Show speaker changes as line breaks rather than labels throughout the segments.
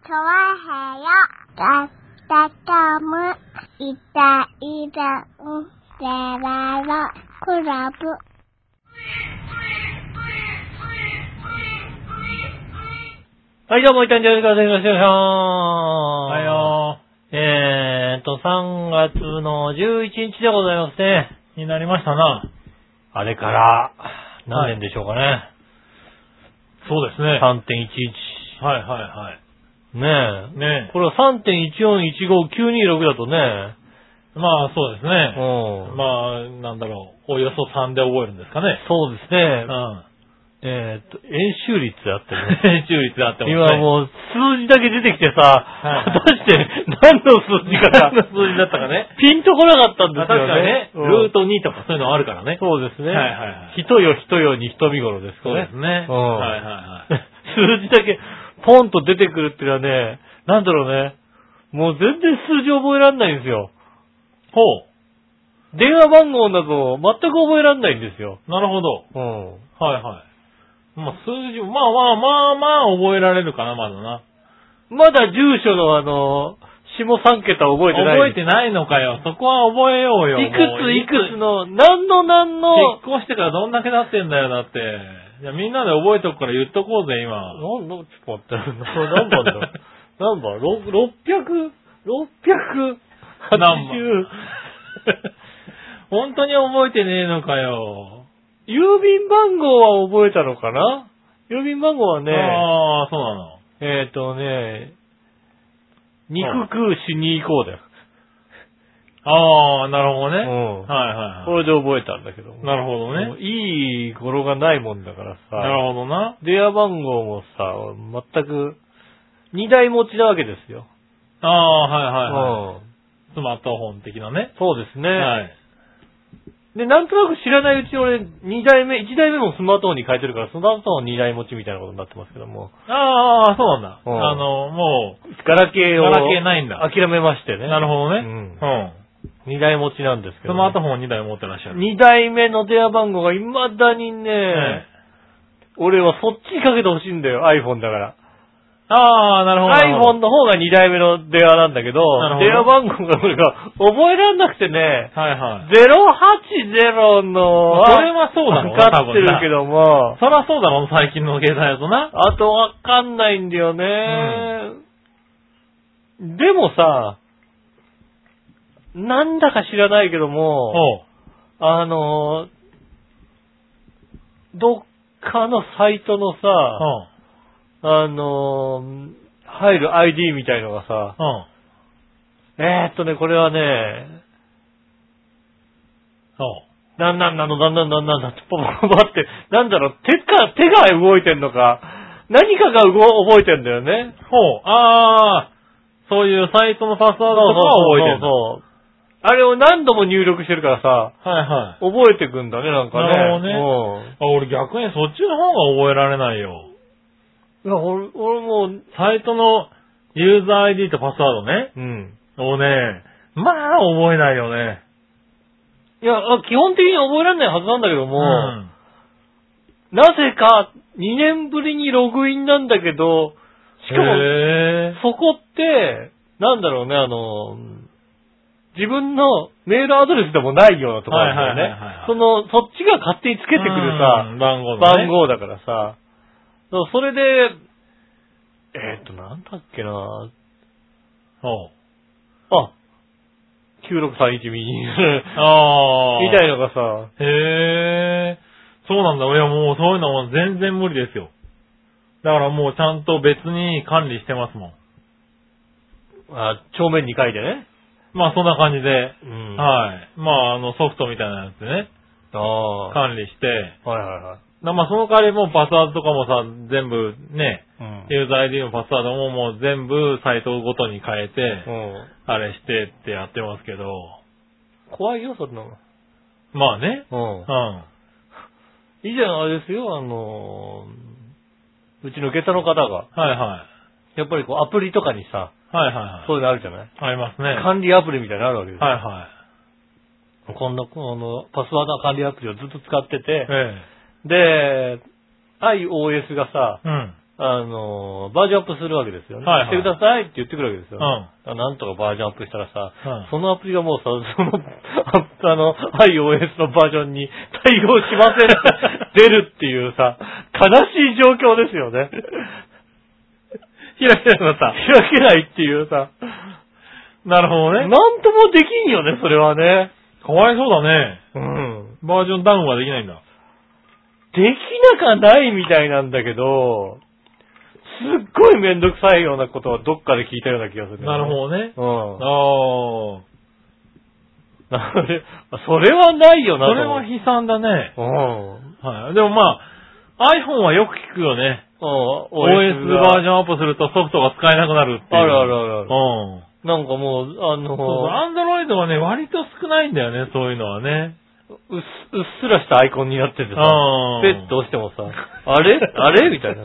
좋아해요따뜻함을이따이따운데라로클럽
はい、どうも、いたんじゃないか、よろしくお願いします。
お
は
はよ
えーっと、3月の11日でございますね。
う。になりましたな。
あれから、何年でしょうかね。
そうですね。はい
3.11。
はいは
ね
い。ね
え。これは3.1415926だとね、
え。まあそうです
う
ね。
ん。
まあ、なんだろう。およそ3で覚えるんですかね。
そうです
う
ね。
ん。
えーっと、演習率であって るね。
編集率であってもね。
今もう数字だけ出てきてさ、
い
果たして何の数字かが
何の数字だったかね。
ピンとこなかったんで
まあ
すよ
確かに
ね
ね。、ルー
ト。
ト2とかそういうのあるからね。
そうですね。
はいはいはい
人よ人よに人見頃ですか
そう
ら
で
ね
す。ね。
うん
はいはいはい。
数字だけポンと出てくるっていうのはね、なんだろうね。もう全然数字覚えられないんですよ。
ほ
電話番号など全く覚えられないんですよ。
う。なるほど。
うん。
はいはい。まあ数字、まあまあまあまあ覚えられるかな、まだな。
まだ住所のあの、下3桁覚えてない。
覚えてないのかよ。そこは覚えようよ。
いく
もう
ついくつの、何の何の、
引っ越してからどんだけなってんだよ、だって。いや、みんなで覚えとくから言っとこうぜ、今。
なんだ、ちょっと待って、これ何番だろう何番ろ ?600、680、
何番本当に覚えてねえのかよ。
郵便番号は覚えたのかな郵便番号はね、
ああ、そうなの。
えっ、とね、肉食うしに行こうだよ。
ああ、なるほどね。
うん
はいはい
こ
は
れで覚えたんだけども。
い。なるほど
も
ね
う。いい語呂がないもんだから
なる
さ、
ほどな。
電話番号もさ、全く、二台持ちなわけですよ。
ああ、はいはいはい。
うん
スマートフォン的なね。
そうですね。
はい。
で、なんとなく知らないうちに俺、二代目、一代目もスマートフォンに変えてるから、スマートフォン二台持ちみたいなことになってますけども。
ああ、そうなんだ。
うん
あの、もう、
ガラケーを。
ガラケーないんだ
諦めましてね。
なるほどね。
う
うんん。
二台持ちなんですけ
ス
ど、
マート
フ
フォン2台持ってらっしゃる。
二代目の電話番号が未だにね、
ええ
俺はそっちにかけてほしいんだよ、iPhone だから。
ああ、なるほど。なるほ
iPhone
ど
の方が二代目の電話なんだけど、
なるほど
電話番号が俺が覚えられなくてね、
はいはい。
080のは、
それはそうだろうな
わかってるけども、
そらそうだろ、最近の携帯だとな。
あとわかんないんだよね、でもさ、なんだか知らないけども、
おう。
あのー、どっかのサイトのさ、
おう。
あのー、入る ID みたいのがさ、
おう。
えー、っとね、これはね、
おう。
なんなんなの、なんなんなんなんだって、パパパパって、なんだろう、手か、手が動いてんのか、何かが動覚えてんだよね。
ほう。ああ、そういうサイトのパス
そうそうそう
ワードとかは覚えてるんだ。
そうあれを何度も入力してるからさ、
はいはい。
覚えてくんだね、なんかね。
なるほあ、俺逆にそっちの方が覚えられないよ。
うん。いや、俺、俺もう、
サイトのユーザー ID とパスワードね。
うん。
をね、まあ覚えないよね。
いや、あ基本的に覚えられないはずなんだけども、
ん。
なぜか2年ぶりにログインなんだけど、しかも、
へえ。
そこって、なんだろうね、あの、自分のメールアドレスでもないようなところなんだ
はいはいはい
よ
は
ね
い。
その、そっちが勝手につけてくるさ、
うん番号だね
番。号だからさ。だからそれで、えっ、と、なんだっけな
ほう。
あ、9631ミニ。
ああ。
みたいのがさ、
へえ、そうなんだ。いや、もうそういうのは全然無理ですよ。だからもうちゃんと別に管理してますもん。
あ正面に書いてね。
まあそんな感じで、
うんあ
はい。まああのソフトみたいなやつでね、
あ。はい
管理して、
はいはい。
なまあその代わりもうパスワードとかもさ、全部ね、
うん
ユーザー ID もパスワードももう全部サイトごとに変えて、
うん
あれしてってやってますけど、
怖いよ、そんなの。
まあね、
うん
うん。
以前あれですよ、あのーうちの下駄の方が、
はいはい。
やっぱりこうアプリとかにさ、
はいはい
そう
は
いうのあるじゃない、
い。ありますね。はい
管理アプリみたいなのあるわけですよ。
は
こんな、この、パスワード管理アプリをずっと使ってて
い。、え
で、iOS がさ、
え。うん。
あの、バージョンアップするわけですよね。
はいはい
してくださいって言ってくるわけですよ、
うん。
ね。あ
は
なんとかバージョンアップしたらさ、
う
そ
ん
のアプリがもうさ、その、ああ の、iOS のバージョンに対応しま せんって出るっていうさ、悲しい状況ですよね。開けなくなった。開けないっていうさ、
い。なるほど
なん
ね。
ともできんよね、それはね。
かわいそうだね。
うん。
バージョンダウンはできないんだ。
できなかないみたいなんだけど、すっごいめんどくさいようなことはどっかで聞いたような気がする、
なるほどね。
ど。うん。
ああ。
な るそれはないよ
そ
な、
れは悲惨だね。
と思う。うん。
はい。でもまあ、iPhone はよく聞くよね。
うん
OS バージ
ョン。
ョンアップするとソフトが使えなくなるっていう。
あるあるあるあ
うん
る。。なんかもう、あの
そうそう、
ー
アンドロイドはね、割と少ないんだよね、そういうのはね。
うっすうっすらしたアイコンになっててさ、
あー
ペッと押してもさ、あ れあれみたいな。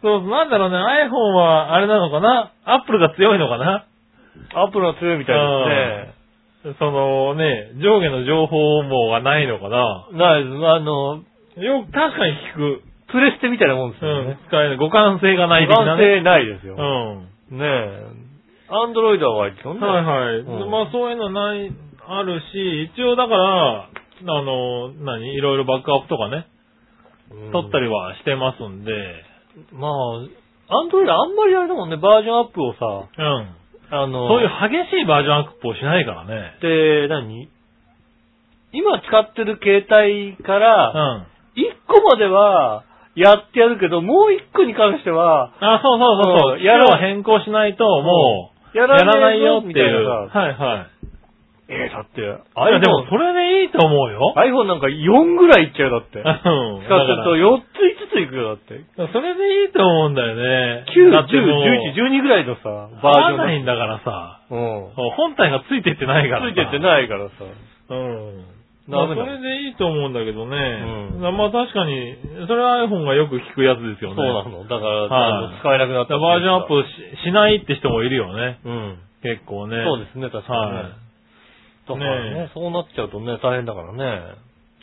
そうそう、なんだろうね、iPhone はあれなのかな ?Apple が強いのかな
アップルが強いみたいで
そのね、上下の情報網がないのかな
すね。ないです。あの、
よく、確かに聞く。
プレステみたいなもんです
う
よ
ん
ね。、
使えない。互換性がない的な
男
ね。
性ないですよ。
うん。
ねえ。アンドロイドは割とね。
はいはい。
うん
まあそういうのない、あるし、一応だから、あの、何いろいろバックアップとかね、
うん
取ったりはしてますんで、
まあ、アンドロイドあんまりあれだもんね、バージョンアップをさ、
うん。
あの、
そういう激しいバージョンアップをしないからね。
で、何今使ってる携帯か
う
ら、
ん。
一個まではやってやるけど、もう一個に関しては、
あ、そうそうそうそう
ん
う。
や
や
ら
るを変更しないと、も
や
う、や
ら
ら
な
ないい
よ
よ
み
ったて
い
いう。
な さ。
はいはい。
えーだって、
いや、でも
iPhone、
それでいいと思うよ。
iPhone なんか4ぐらいいっちゃうよだって。
うん。
使っ
使
てると4つ5ついくよ、だって。
それでいいと思うんだよね。
9、
だってもう
10、11、12ぐらいのさ、
合
バージョン
わないんだからさ。
うん。
本体がついてってないから
つ
さ。
いてってないからさ。
うん。ま
ダ
あ、
メ
そ
だ
れでいいと思うんだけどね。
うん
まあ確かに、それは iPhone がよく聞くやつです
そ
よ
う
ね。
なの。だから、
はい
あの使えなくな
だ
っ
か
た。
らバージョンアップししないって人もいるよね。
うん。
結構ね。
そうですね、確かにね
はい。
だから
ね
ね、そうなっちゃうとね、大変だからね。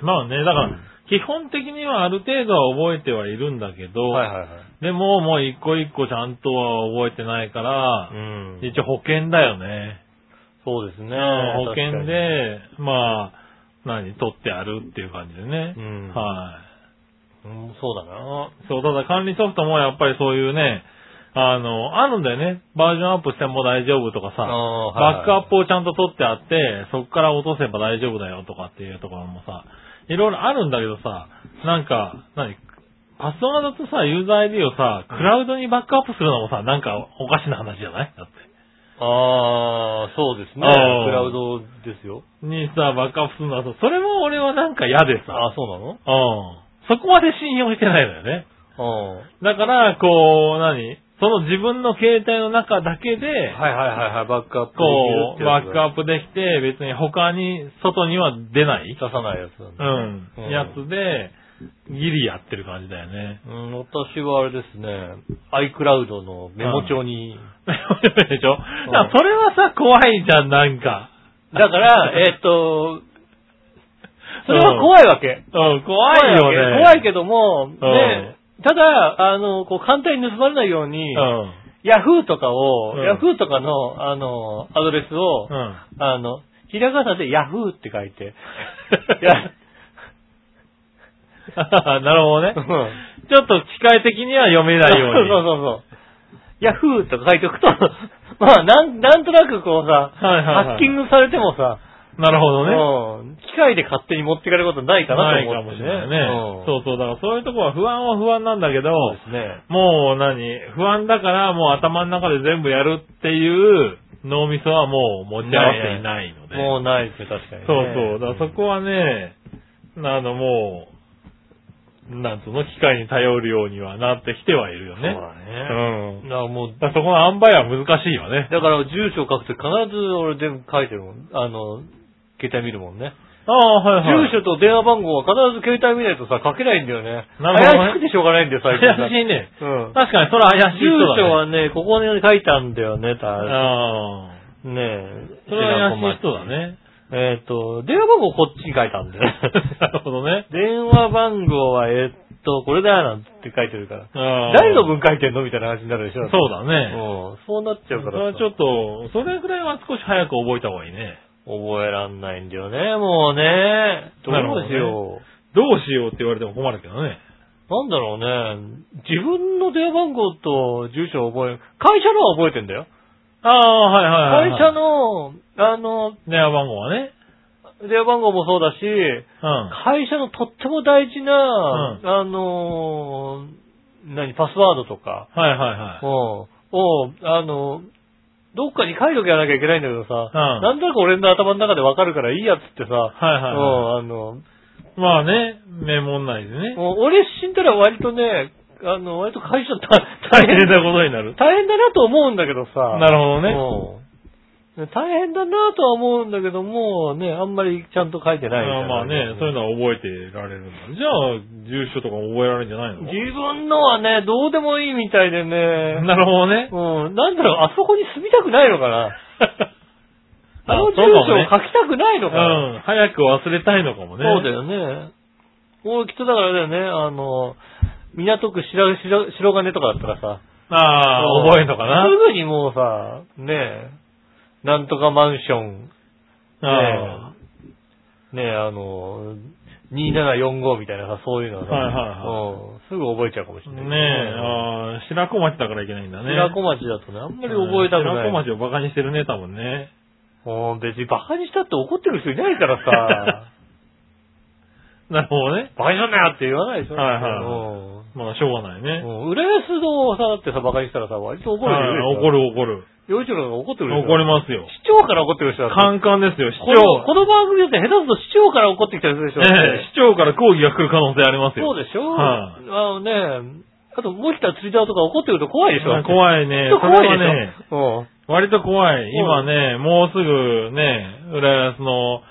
まあね、だから、
うん
基本的にはある程度は覚えてはいるんだけど、
はいはいはい。
でももう一個一個ちゃんとは覚えてないから、
うん
一応保険だよね。
そうですね。
保険で、まあ、何、取ってあるっていう感じでね。
うん
は
確かに、うんそうだな。
い。そう、ただ管理ソフトもやっぱりそういうね、あの、あるんだよね。バージョンアップしても大丈夫とかさ、バックアップ
を。
をちゃんと取ってあって、そこから落とせば大丈夫だよとかっていうところもさ、いろいろあるんだけどさ、なんか、何パスワードとさ、ユーザー ID をさ、クラウドにバックアップするのもさ、なんかおかしな話じゃないだって。
ああ、そうですね。ク
あー
ラウドですよ。
にさ、バックアップするのはさ、それも俺はなんか嫌でさ、
ああ、そうなの
うん。そこまで信用してないのよね。
うん。は
だから、こう、何その自分の携帯の中だけで、
いはいはいはい、バックアップ
こう、バックア
ッ
ップできて、別に他に、外には出ない
出さないやつなんだ
うん
うん。
やつで、ギリやってる感じだよ ね。
うん、私はあれですね、iCloud のメモ帳に、
でしょだからそれはさ、怖いじゃん、なんか。
だ から、えーっと、それは怖いわけ。
うん、怖いよね。
怖いけども、ね、ただ、あの、こう、簡単に盗まれないように、ヤフーとかを、
うん
ヤフーとかの、あの、アドレスを、
うん。 うん。
あの、ひらがなでヤフーって書いて、や
なるほどね
う。ん
ちょっと機械的には読めないように。
そうそうそうそう。ヤフーとか書いておくと、 まあ、なん、なんとなくこうさ、
はいはいはい
ハッキングされてもさ、
なるほどね。
うん機械で勝手に持っていかれることないかな
ない
と
か
思
も
っ
してれないね。そうそう、だからそういうとこは不安は不安なんだけど、
うんそうですね。
もう何不安だからもう頭の中で全部やるっていう脳みそはもう持ち合わせていないので。
もうないですね、確かにね、
そうそう。だからそこはね、あのもう、なんつうの、機械に頼るようにはなってきてはいるよね。
そうだね
うん。だ
なもう、
からそこの塩梅は難しいよね。
だから住所書くとき必ず俺全部書いてるもん。あの、携帯見るもんね。
ああ、はいはい。
住所と電話番号は必ず携帯見ないとさ、書けないんだよね。
なるほ
怪しく
どね
てしょうがないんだよ、最近。
怪しいね。
うん。
確かにそれは怪しい
住
人だね。
所はね、ここに書いたんだよね、た
ああ。
ねえ。
それは怪しい人だね。
えっと、電話番号こっちに書いたんだよね。
なるほどね。
電話番号は、えっとこれだよなんて書いてるから。誰
誰
の分書いてんのみたいな話になるでしょ。
そうだね。
うん。そうなっちゃう
そ
か
れ
ら
は
さ。
ちょっと、それぐらいは少し早く覚えた方がいいね。
覚えらんないんだよね、もうね。どうしよ
どうしようって言われても困るけどね。
う。なんだろうね。自分の電話番号と住所を覚え、会社のは覚えてんだよ。
ああ、はいはいはい
会
はい。
社の、あの、
電話番号はね。
電話番号もそうだし、
うん。
会社のとっても大事な、
う
あのー、何、パスワードとか、
はいはいは
うんを、あのー、どっかに書いときゃなきゃいけないんだけどさ、
うん
なんとなく俺の頭の中でわかるからいいやつってさ、
い。はいはいは
うんあの、
い。まあね、メモ内でね。
もう俺死んだら割とね、あの、割と会社大
大変
変だ、
なことになる。
大変だなと思うんだけどさ。
なるほどね。
うん大変だなとは思うんだけども、ね、あんまりちゃんと書いてないみたい
あ
な
まあね、そういうのは覚えてられるんだ。じゃあ、住所とかも覚えられるんじゃないの
自分のはね、どうでもいいみたいでね。
なるほどね。
うん、なんだろう、あそこに住みたくないのかな。あの
そ
住
う
所
かも
を
ね
書きたくないのかな。
うん。早く忘れたいのかもね。
そうだよね。もうきっとだからだよね、あの、港区白白白金とかだったらさ、
ああ、覚えるのかな。
すぐにもうさ、ねえ、なんとかマンション、
ああ
ねえ、あの、2745みたいなさ、そういうのはさ、
はいはい
うんすぐ覚えちゃうかもしれ
ね
ない。
え、ああ白子町だからいけないんだね。
白子町だとね、あんまり覚えたくない。
白子町をバカにしてるね、多分ね。
うん別にバカにしたって怒ってる人いないからさ、
なるほどね。
バカにすんなよって言わないでしょ。
はいはい
うん
まあ、しょうがないね。
うん浦安堂をさ、だってさ、馬鹿にしたらさ、割と怒るよ、
はい怒。る怒る。
洋一郎が怒ってくる
怒り
ま
ますよ。
市長から怒ってくる人だって
カンカンですよ、市
このこの
長。
番組だって下手すると市長から怒ってきたりするでしょ。だ
ええ市長から抗議が来る可能性あり
っ
ま
て
すよ。
そうでしょ
は
あのね、あと、もう一た釣りだとか怒ってくると怖いでしょ。い。
怖いね。そ
怖
れ
い
は
で
ね、
しょ。
割と怖い。今ね、もうすぐね、浦安の、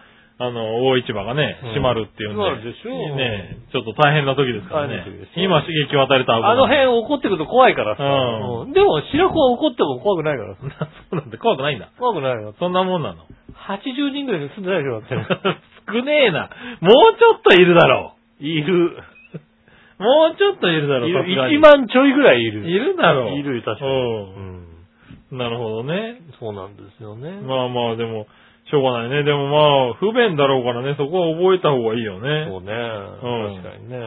あの、大市場がね
うん、
閉まるっていうんで。
閉まるでしょ
ね、ちょっと大変な時ですから
大変な時
ね
で。すよ
今刺激渡れた
う
ら
ん
危ない
あの辺怒ってくると怖いからさ。
う
う
ん
んでも、白子は怒っても怖くないからさ。
そうなんだ。怖くないんだ。
怖くないよ。
そんなもんなの。
80人ぐらい住んでないでしょ、だって。
少ねえな。もうちょっといるだろ
いる。
う。もうちょっといるだろう。さすがに
1万ちょいぐらいいる。
いるだろう。
いる確かに
うんなるほどね。
そうなんですよね。
まあまあ、でも、しょうがないね。でもまあ、不便だろうからね、そこは覚えた方がいいよね。
そうね、確
ん
かにね。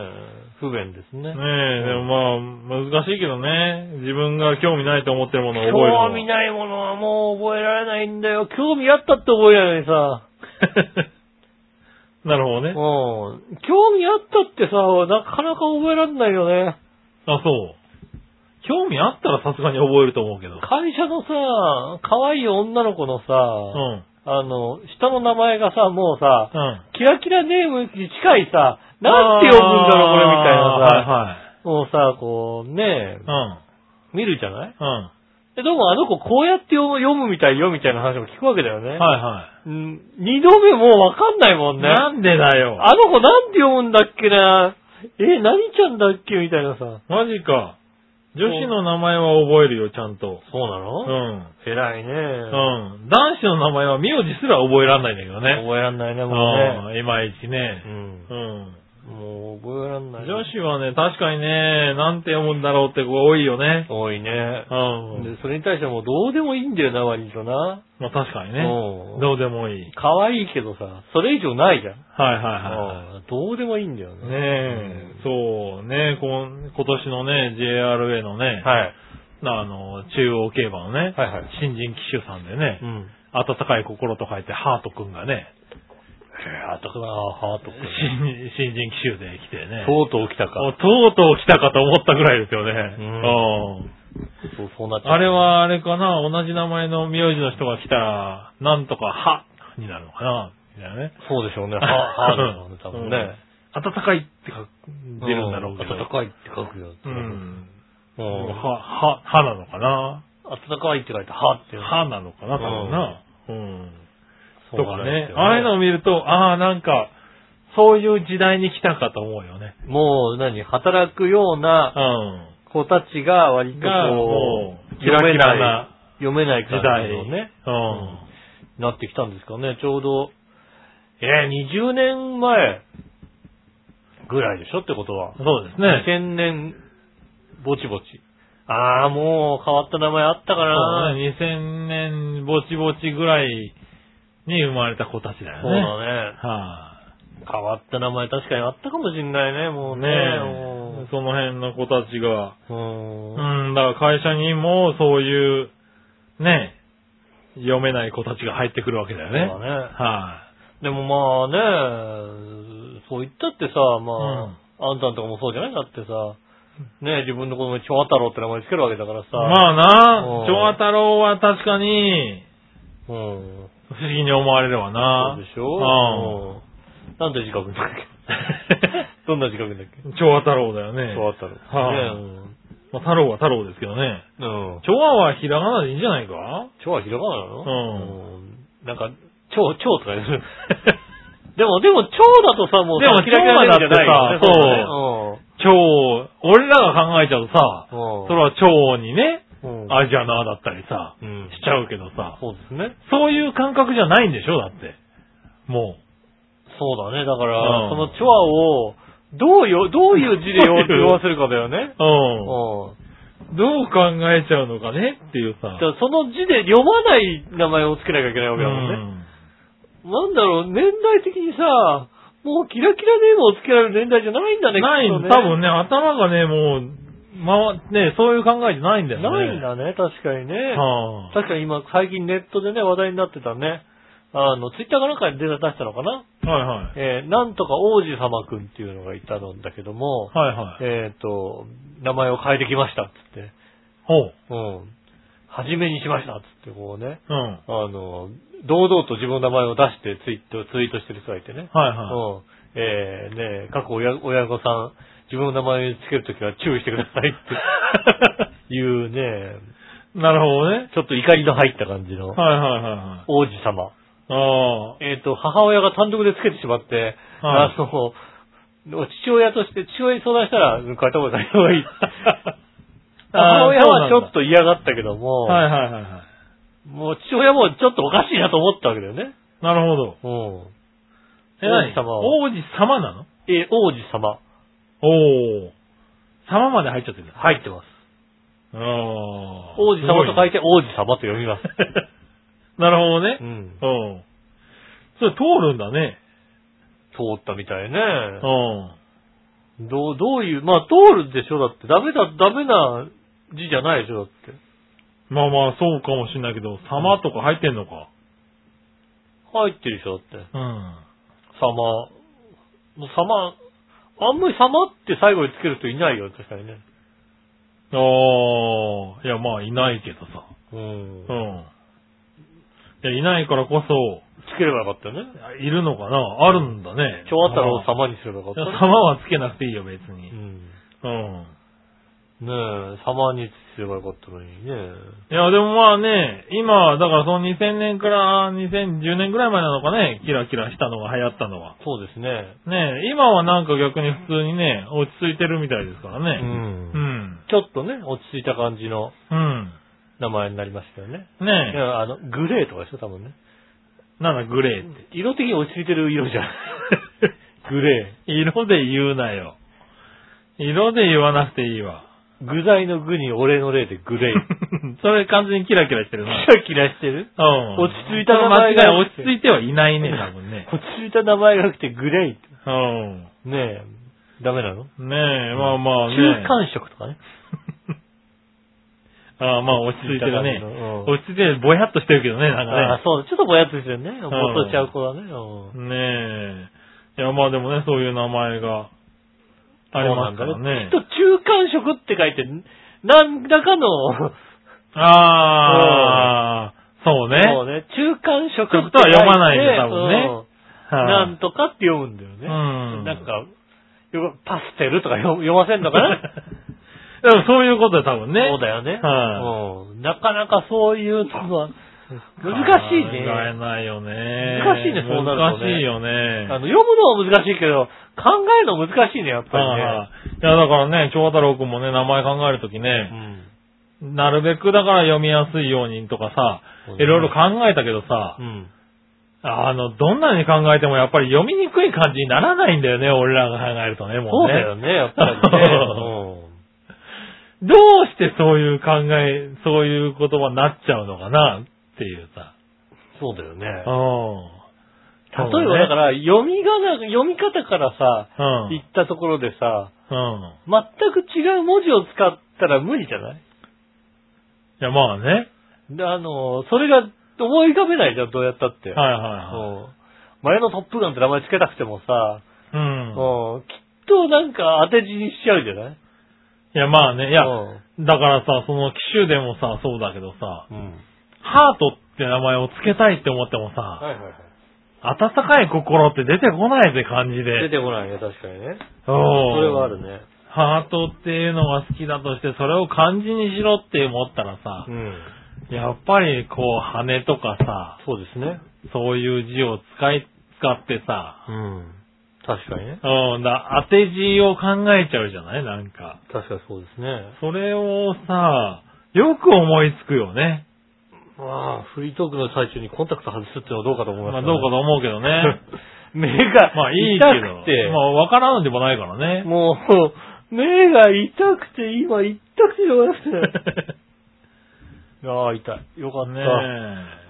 不便ですね。
ねえ、でもまあ、難しいけどね。自分が興味ないと思ってるものを覚えるのは。
興味ないものはもう覚えられないんだよ。興味あったって覚えられないさ。
なるほど
うん
ね。。
興味あったってさ、なかなか覚えられないよね。
あ、そう。興味あったらさすがに覚えると思うけど。
会社のさ、可愛い女の子のさ、
うん。
あの、下の名前がさ、もうさ、
うん。
キラキラネームに近いさ、なんて呼ぶんだろう、これみたいなさ、
あ
もうさ、こう、ねえ
ー、はいはい。
見るじゃない
うん。うん。
で、どうもあの子こうやって読む読むみたいよ、みたいな話も聞くわけだよね。
はいは
うん二度目もうわかんないもん
い。
ね。
なんでだよ。
あの子なんて読むんだっけなえ、何ちゃんだっけみたいなさ。
マジか。女子の名前は覚えるよ、ちゃんと。
そうな
う
の
ん。
偉いね。
うん。男子の名前は名字すら覚えらんないんだけどね。
覚えらんないね、もうね。
うん。いまいち
う
ね。
ん
う。ん。
もう覚えらんない。
女子はね、確かにね、なんて読むんだろうって子が多いよね。
多いね
う。ん。
で、それに対してもうどうでもいいんだよな、割とな。
まあ確かにね。
うん
どうでもいい。
可愛いけどさ、それ以上ないじゃん。
はい
う
は
んどうでもいいんだよ
いは
ね。
い。ねえ、そうね、こん今年のね、JRA のね、
はい。
あの、中央競馬のね、
はいはい
新人騎手さんでね
う、ん。
温かい心と書いてハートくんがね、
ハートかな、ハート
新新人騎手で来てね、
とうとう来たか
お。とうとう来たかと思ったぐらいですよね。
ん
うん
そう、そうなっちゃう。
あれはあれかな、同じ名前の名字の人が来たら、なんとかはになるのかな、みたいなね。
そうでしょうね。は、はでしょうね、多分ね。
うん。温かいって書く出るんだろうけど。
暖かいって書くよ。
うん。
う
は、
ん。
は、はなのかな
暖かいって書いて、はって。
はなのかな、多分な。うん。
そ
と
う
か
なんで
ね
す。よ
ああいうのを見ると、ああ、なんか、そういう時代に来たかと思うよね。
もう何、働くような
う
子たちが割と
ん。が、
こ
も
う、
う、キラキラ
な
な
読めない
時
感
代。
じのね、
うん。
なってきたんですかね。ちょうど、えー、20年前ぐらいでしょってことは。
そうですね。
2000年、ぼちぼち。ああ、もう変わった名前あったか
そう
な。
ね2000年ぼちぼちぐらいに生まれた子たちだよね。
そうだね。
は
変わった名前確かにあったかもしんないね、もう
い、
ね。
ねえその辺の子たちが、
もううん
うん、だから会社にもそういう、ねえ、読めない子たちが入ってくるわけだよね。
そうだね
は
でもまあね、そう言ったってさ、
う
ま
ん
あ、あんたんとかもそうじゃないだってさ、ね自分の子供に蝶太郎って名前つけるわけだからさ。
い。まあ
う
な、
ん
長太郎は確かに、
うん。
不思議に思われるわな。
そうでしょうん。なんて字書くんだっけ どんな字書くんだっけ
うん。長太郎だよね。
蝶太郎。
はい
ね
まあ、太郎は太郎ですけどね。
うん。うん。
長はひらがなでいいんじゃないか
蝶はひらがななの
う
うん。なんか、蝶、蝶とか言う。 でも、でも、蝶だとさ、もうさ、
でも
キラキラ
蝶だってさ
じゃないよね
蝶、俺らが考えちゃうとさ、
そうだね
それは蝶にね、
うん。うん。
あじゃなだったりさ、
うん
しちゃうけどさ、
そうですね。
そういう感覚じゃないんでしょだって。も
そうだね。だか
う
ら、
ん
そのチョアを、どうよ、どういう字で
どういう
読読ませるかだよね。
う。
うん。
うん。どう考えちゃうのかねっていうさ。
だからその字で読まない名前をつけなきゃいけないわけだもんね。なんだろう、年代的にさ、もうキラキラネームをつけられる年代じゃないんだ
う
ね、
んない、
き
多
っとね
分ね、頭がね、もう、まあ、ね、そういう考えじゃないんだよね。
ないんだね、確かにね。
はあ
確かに今、最近ネットでね、話題になってたね。あの、ツイッターかなんかに出た出したのかな
はいはい。
えーなんとか王子様くんっていうのがいたんだけども、
はいはい。
えっ、と、名前を変えてきました、つって。
ほう。
うん。初めにしました、つってこうね、
うん。はい
あの、堂々と自分の名前を出してツイート、ツイートしてる人がいてね。
は
うん。えー、ね各親親御さん、自分の名前をつけるときは注意してくださいって いうね、
い。なるほどね。
ちょっと怒りの入った感じの
はいはいはいはい。
王子様。
ああ。
えっ、と、母親が単独でつけてしまって、
はい
あの、父親として、父親に相談したら、変えた方がいい。母
あー
親はち
そうなんだ
ょっと嫌がったけども、
はいはいはいは
もう父親もちょっとおかしいなと思ったわけだよね。
い。なるほど。
うん。
え、何
王子様は
王子様なの
え、王子様、
おお。様まで入っちゃってる。
入ってます。
ああ。
王子様と書いて
て。
王子様と読 みます。
なるほどね
う。ん。
うん。それ通るんだね。
通ったみたいね。
うん。
どう、どういう、まあ通るでしょだって。ダメだ、ダメな字じゃないでしょだって。
まあまあ、そうかもしれないけど、様とか入ってんのか。
入ってるでしょだって。
うん。
様。様、あんまり様って最後につける人いないよ、確かにね。
ああ。いや、まあ、いないけどさ。
うん
う。ん。いや、いないからこそ、
つければよかったよね。
いるのかなあるんだね。
蝶あったら
様
様にすればよ
い
か
や
ったね。
様はつけなくていいよ、別に
う。ん。
うん。
ねえ、様にすればよかったのにね。
いや、でもまあね、今、だからその2000年から2010年ぐらい前なのかね、キラキラしたのが流行ったのは。
そうですね。
ね今はなんか逆に普通にね、落ち着いてるみたいですから
う。
ね。うんん。
ちょっとね、落ち着いた感じの
うん。
名前になりましたよね。い
ね
や、あの、グレーとかでしょ、多分ね。
なんだ、グレーって。
色的に落ち着いてる色じゃん。 グレ
色で言うなよ。色で言わなくていい わ。
ー。具材の具に俺の霊でグレー。
それ完全にキラキラしてる
キ
な。
ラキラしてる
うん。
落ち着いた名
間違
前
い、
が
落ち着いてはいないね、多分 ね。
落ち着いた名前がなくてグレーって。
う
ね
ん。
え、ダメなの
ねえ、まあまあね。
中間色とかね。
ああ、まあ落ち着いて
落ち着いた
るね
感じの。うん
落ち着いてる、ぼやっとしてるけどね、なん
ああ
か
そう、ちょっとぼやっとしてるね。ぼーっとしちゃう子だね。うん
ね。ねえ。いや、まあでもね、そういう名前がありますからね
そ。うなんだきっと中間色って書いて、何らかの、
ああ、そうね。
そうね、中間色って書いて。
ってことは読まないね多分ね
うん
はい
なんとかって読むんだよね。
うん
なんか、よくパステルとか 読読ませんのかな
でもそういうことだよ、多分ね。
そうだよね。
は
うんなかなかそういうの は、難しいね。
考えないよね。
難しいねそうなるとね
難しいよ
あ
ね。
の読むのは難しいけど、考えるの難しいね、やっぱり
は
ね。
いはいいや、だからね、長太郎くんもね、名前考えるときね、
うん
なるべくだから読みやすいようにとかさ
そう、だ
い
ね
ろいろ考えたけどさ、
うん。
あの、どんなに考えてもやっぱり読みにくい感じにならないんだよね、俺らが考えるとね、も
そうう
ね。
だよね、やっ ぱりね。
どうしてそういう考え、そういう言葉になっちゃうのかなっていうさ。
うんそうだよね。
うん。
例えばだから、読みがな、読み方からさ、
そう
言
ね、
ったところでさ、
うん。うん。
全く違う文字を使ったら無理じゃない
いや、まあね。はい
であの、それが思い浮かべないじゃん、どうやったって。
は
うん前のトップガンって名前つけたくてもさ、
いはい。うん。
うんきっとなんか当て字にしちゃうじゃない
いや、まあね。い
い
や、
うん
だからさ、その機種でもさ、そうだけどさ、
うん。
ハートって名前を付けたいって思ってもさ、
はいはいはい。
温かい心って出てこないぜ感じ
出
で。
てこないね、確かにね。
そ
それはある。ね。
ハートっていうのが好きだとして、それを漢字にしろって思ったらさ
う、ん。
やっぱりこう、羽とかさ、
そうですね。
そういう字を使い、使ってさ、
うん。確かにね。
うん、だ当て字を考えちゃうじゃないなんか。
確かにそうですね。
それをさ、よく思いつくよね。
まあ、フリートークの最中にコンタクト外すっていうのはどうかと思い
ま
ま
あ
す
どうかと思うけ どね。
目が
まあいいけ
痛
ど
くて、。
まあわからんでもないからね。
もう、目が痛くて、今痛くてしょうがなくて。 いやー痛い。よか った。
ね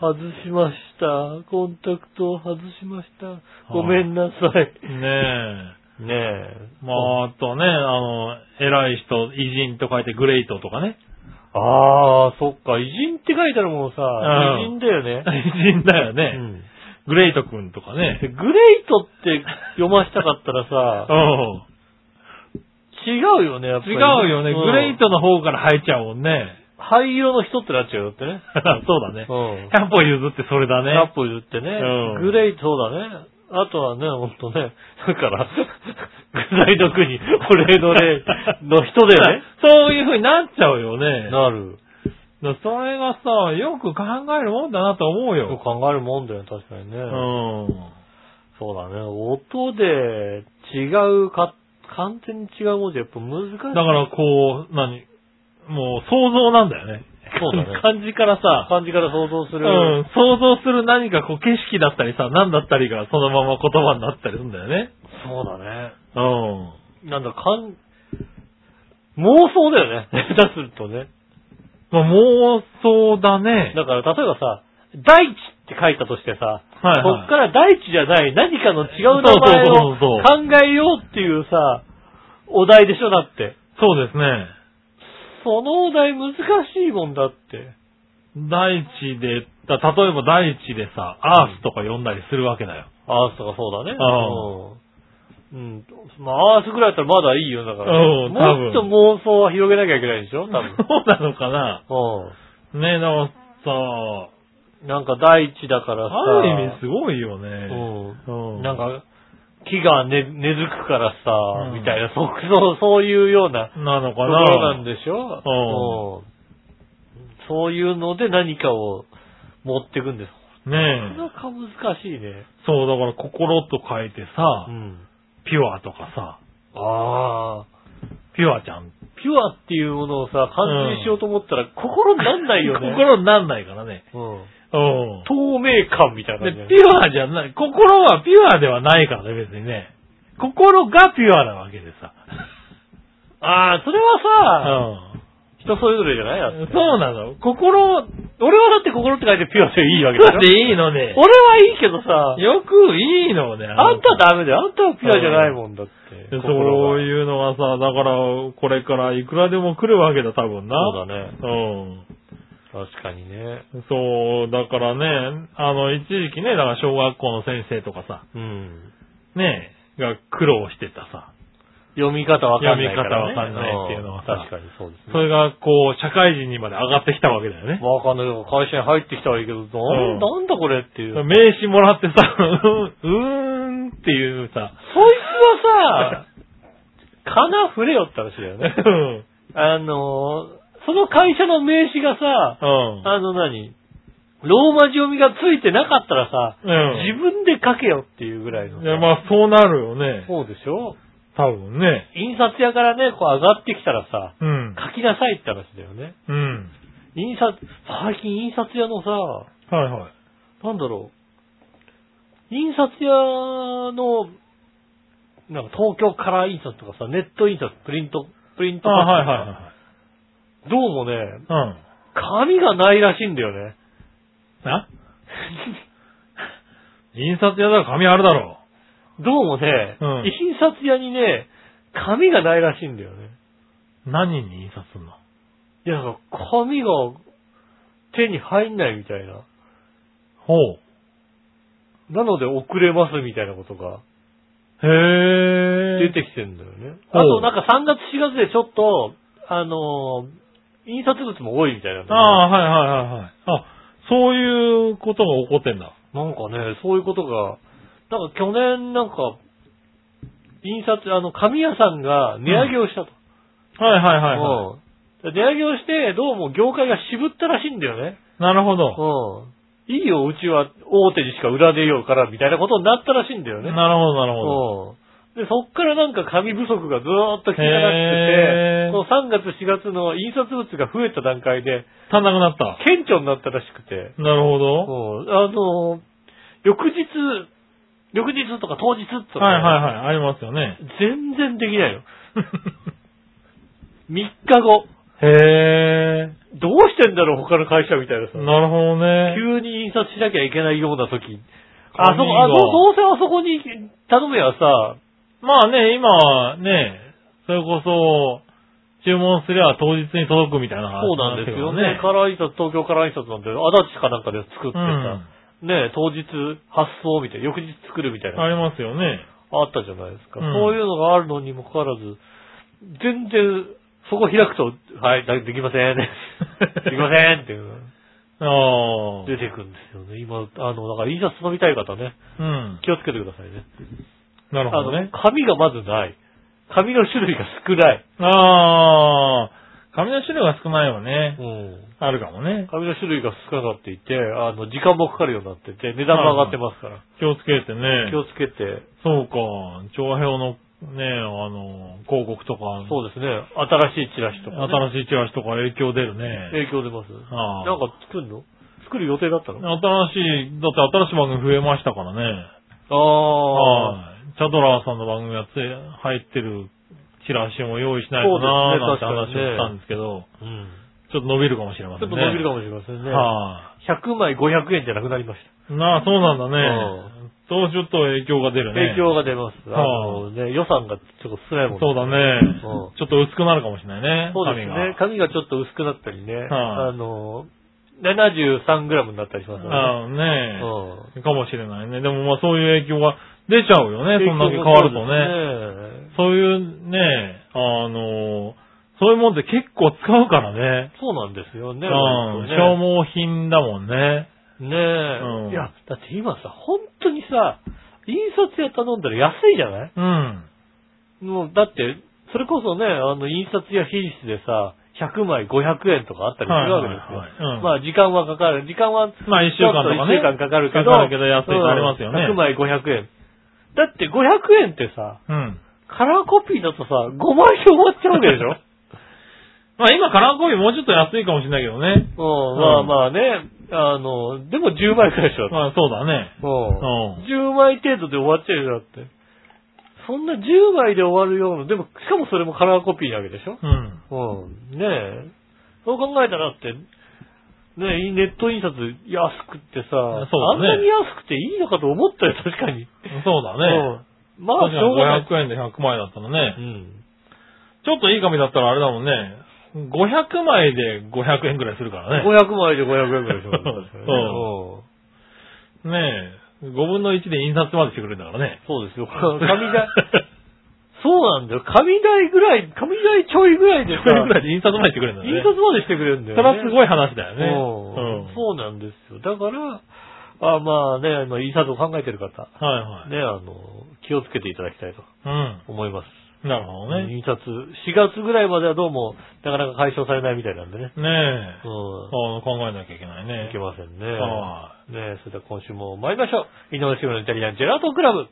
外しました。コンタクトを外しました。ごめんなさい。
え。ね
ねえ。
え。まああとね、あの、偉い人、偉人と書いてグレイトとかね。
ああ、そっか。偉人って書いてあるもんさ、
ん
偉人だよね。
偉人だよね。
うん
グレイト君とかね。
でグレイトって読ましたかったら
う
さ、
ん。
違うよね、やっぱり。
違うよね。
ん
グレイ。トの方から入っちゃうもん ね。
灰色の人ってなっちゃうよってね。
そうだね。
うん。
100歩譲ってそれだ
ラッ
ね。
プ言ってね、
うん
グレイトだね。あとはね、ほんとね、だから、 グライド国、お礼の礼の人だよね。
そういう風になっちゃうよね。
なる。
だからそれがさ、よく考えるもんだなと思う
よく
よ。
考えるもんだよね、確かにね。
うん。
そうだね、音で違うか、完全に違う文字やっぱ難しい。
だからこう、何もう想像なんだよね。
そうだね
漢字からさ、
漢字から想像す
う
る。
ん、想像する何かこう景色だったりさ、何だったりがそのまま言葉になったりするんだよね。
そうだね。
うん。
なんだ、かん、妄想だよね。 下手するとね。
まあ、妄想だね。
だから、例えばさ、大地って書いたとしてさ、
はいはい
そっから大地じゃない何かの違う名前
そうそうそう
を考えようっていうさ、お題でしょだって。
そうですね。
そのお題難しいもんだって。
大地で、だ例えば大地でさ、アースとか呼んだりするわけだよ。
アースとかそうだね。
ああ
うん。うん。まあ、アースぐらいだったらまだいいよ、だから。
うん多分
もっと妄想は広げなきゃいけないでしょ多
そうなのかな
分。
ねえ、だからさ、
うん。なんか大地だからさ。
ある意味すごいよね。
う。
うんん
なんか、木が根根付くからさ、
うん
みたいな、そ、そう、そういうような
なの
とこ
か
ろなん
な
でしょうん。そういうので何かを持ってくんです。なか
ねえ
な。か難しいね。
そう、だから心と書いてさ
う、ん。
ピュアとかさ、
ああ。
ピュアちゃん。
ピュアっていうものをさ、完全にしようと思ったら、心になんないよね。
心になんないからね。
うん。
うん。
透明感みたいな
で
感じだ、ね。
ピュアじゃない、心はピュアではないからね、別にね。心がピュアなわけでさ。
ああ、それ
う
はさ、
ん。
人それぞれじゃないだって
そうなの。心、
俺はだって心って書いてピュアでいいわけだ
だ
よ。
っていいのね。
俺はいいけどさ、
よくいいのね。
あん
の
たダメだよ。あんたはピュアじゃないもんだって。
で
心
そ
が
ういうのがさ、だから、これからいくらでも来るわけだ、多分な。
そうだね。
うん。
確かにね。
そう、だからね、あの、一時期ね、だから小学校の先生とかさ、
うん。
ね、が苦労してたさ、
読み方わかんないから、ね。
読み方わかんないっていうのはさ
ん確かにそうです
そ
ね。
れがこう、社会人にまで上がってきたわけだよね。
わかんないけど、会社に入ってきたはいいけど、なん
うん
なんだこれっていう。そい
名刺もらって さ、うん、うーんっていうさ、
つ はさ、かな触れよって話だよ
う
ね。
ん、
あのー、その会社の名刺がさ、
うん、
あの何ローマ字読みがついてなかったらさ、
うん
自分で書けよっていうぐらいの
い
さ。
やまあそうなるよね。
そうでしょ
多分ね。
印刷屋からね、こう上がってきたらさ、
うん、
書きなさいって話だよね。
うん。
印刷、最近印刷屋のさ、
はいはい。
なんだろ印刷屋の、なんか東京カラー印刷とかさ、ネット印刷、プリント、プリント。
あ、はいはいはい
どうもね、
いはい。うん。
紙がないらしいんだよね。
な 印刷屋だから紙あるだろ
どうもね、
うん
印刷屋にね、紙がないらしいんだよね。
う。何に印刷すんの
いや、なんか紙が手に入んないみたいな。
ほう。
なので遅れますみたいなことが
へえ。
出てきてんだよね。
ほう
あとなんか3月4月でちょっと、あのー印刷物も多いみたいなんだ
あ
よね
あ、はいはいはいはい。あ、そういうことが起こってんだ。
なんかね、そういうことが、なんか去年なんか、印刷、あの、紙屋さんが値上げをしたと。
はいはいはい、はい。
うんで値上げをして、どうも業界が渋ったらしいんだよね。
なるほど。
うん。いいよ、うちは大手にしか売らねえようから、みたいなことになったらしいんだよね。
なるほどなるほど。
うん。で、そっからなんか紙不足がずーっと効かなくてて、
へー
この3月4月の印刷物が増えた段階で、
足んなくなった。
顕著になったらしくて。
なるほど。
うんあの、翌日、翌日とか当日とか、
はいはいはい。ありますよ ね。
全然できないの。3日後、
へえ。
どうしてんだろう、他の会社みたいなさ。
なるほどね。
急に印刷しなきゃいけないような時。あ
紙
そ
が
こ、あ、どどうせあそこに頼めばさ、
まあね、今はね、それこそ、注文すりゃ当日に届くみたいな話
そうなんですよね。カ
か
ラー印刷、東京カラー印刷なんて、足立かなんかで作ってさ、
らうん。
ねえ当日発送みたいな、翌日作るみたいな。
ありますよね。
あったじゃないですか。
うん
そういうのがあるのにもかかわらず、全然、そこ開くと、はい、だできませ ん。できませんっていう、
ああ。
出てくるんですよね。今、あの、だから印刷飲みたい方ね、
うん。
気をつけてくださいね。
なる
あ
ほど
の
ね、。
紙がまずない。紙の種類が少ない。
ああ。紙の種類が少ないよね
う。ん。
あるかもね。
紙の種類が少なくなっていて、あの、時間もかかるようになってて、値段も上がってますから。
気をつけてね
気。をつけて、
そうか。長編のね、あの、広告とか、
そうですね、新しいチラシとか、ね、
新しいチラシとか影響出るね。
影響出ます。
ああ
なんか作るの作る予定だったの
新しい、だって新しい番組増えましたからね。
ああ。
はい。チャドラーさんの番組がつ入ってるチラシも用意しないとなーなんて話をしたんですけど、
うん。
ちょっと伸びるかもしれま
ち
せ
ょっ
んね。
と伸びるかもしれませんね。
は
100枚500円じゃなくなりまし
い。なあ、そうなんだ
た。
ね。そうちょっと影響が出
うん
るね。
影響が出ます。あ
は
のね、予算がちょっと少ないもん
そうだね
うん。
ちょっと薄くなるかもしれないね。
そうですね。紙
紙
がちょっと薄くなったりね。
はい
あの、73グラムになったりしますからね。
が。
う
うん
ん
ねかもしれないね。でもまあそういう影響が出ちゃうよね。そんだけ変わるとね。
ね。
そういうね、あの、そういうもんって結構使うからね。
そうなんですよね。
うん。消
本
耗品だもんね。
当ねねえ、
うん
いや、だって今さ、本当にさ、印刷屋頼んだら安いじゃない
うん。
もう、だって、それこそね、あの、印刷や品質でさ、100枚500円とかあったりするわけですよ。
はいはいはいうん
まあ、時間はかかる。時間は、
まあ一週間とかね
1週間かかるけど、
かかるけど安いのありますよ
う
ね
ん100枚500円。だって500円ってさ、
うん。
カラーコピーだとさ、5枚で終わっちゃうわけでしょ
まあ今カラーコピーもうちょっと安いかもしれないけどね。
うん、
ん
まあまあね、あの、でも10枚くらいでしょ。
まあそうだね。
うん10枚程度で終わっちゃうよ、だって。そんな10枚で終わるような、でも、しかもそれもカラーコピーなわけでしょ
うん。
うん。ねえ。そう考えたらだって、ねえ、ネット印刷安くってさ、あ
そ
ん
うだ
な
ね
に安くていいのかと思ったよ、確かに。
そうだね。
うん。まあ、
確
し
か
ょうがない。
に500円で100枚だったら
う
ね。
ん。
ちょっといい紙だったらあれだもんね。500枚で500円くらいするからね。
500枚で500円くらい しますからね
うんねえ。5分の1で印刷までしてくれるんだからね。
うんそうですよ。紙代、そうなんだよ。紙代ぐらい、紙代ちょいぐらいで
10
さ、
分ぐらいで印刷までしてくれるんだ
印
ね。
刷までしてくれるんだよ、
そ
ね。
れはすごい話だよね。
うん
うん。
そうなんですよ。だから、あまあね、今、印刷を考えてる方、
はいはい。
ね、あの、気をつけていただきたいと
う
思います。
ん。なるほどね。
印刷、4月ぐらいまではどうも、なかなか解消されないみたいなんでね。
ねえ。
う
あ
ん。
の考えなきゃいけないね。
いけませんね。
は
ねそれでは今週も参りましょう。井上志村のイタリアンジェラートクラブ。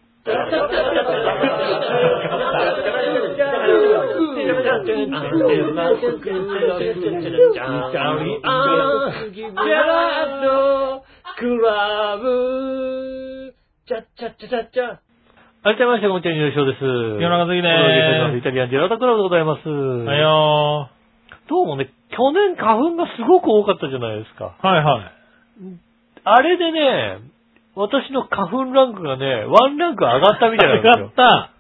ジェラートクラブ
チャッチャッチャッチャッチャッ。ありがとうございました。こんにちは、優勝です。
夜中過ぎで
お届けしておりますイタ
ー
リアンジェラートクラブでございます。
す。はいよ
どうもね、去年花粉がすごく多かったじゃないですか。
ー。はいはい。
あれでね、私の花粉ランクがね、ワンランク上がったみたいなんです
上が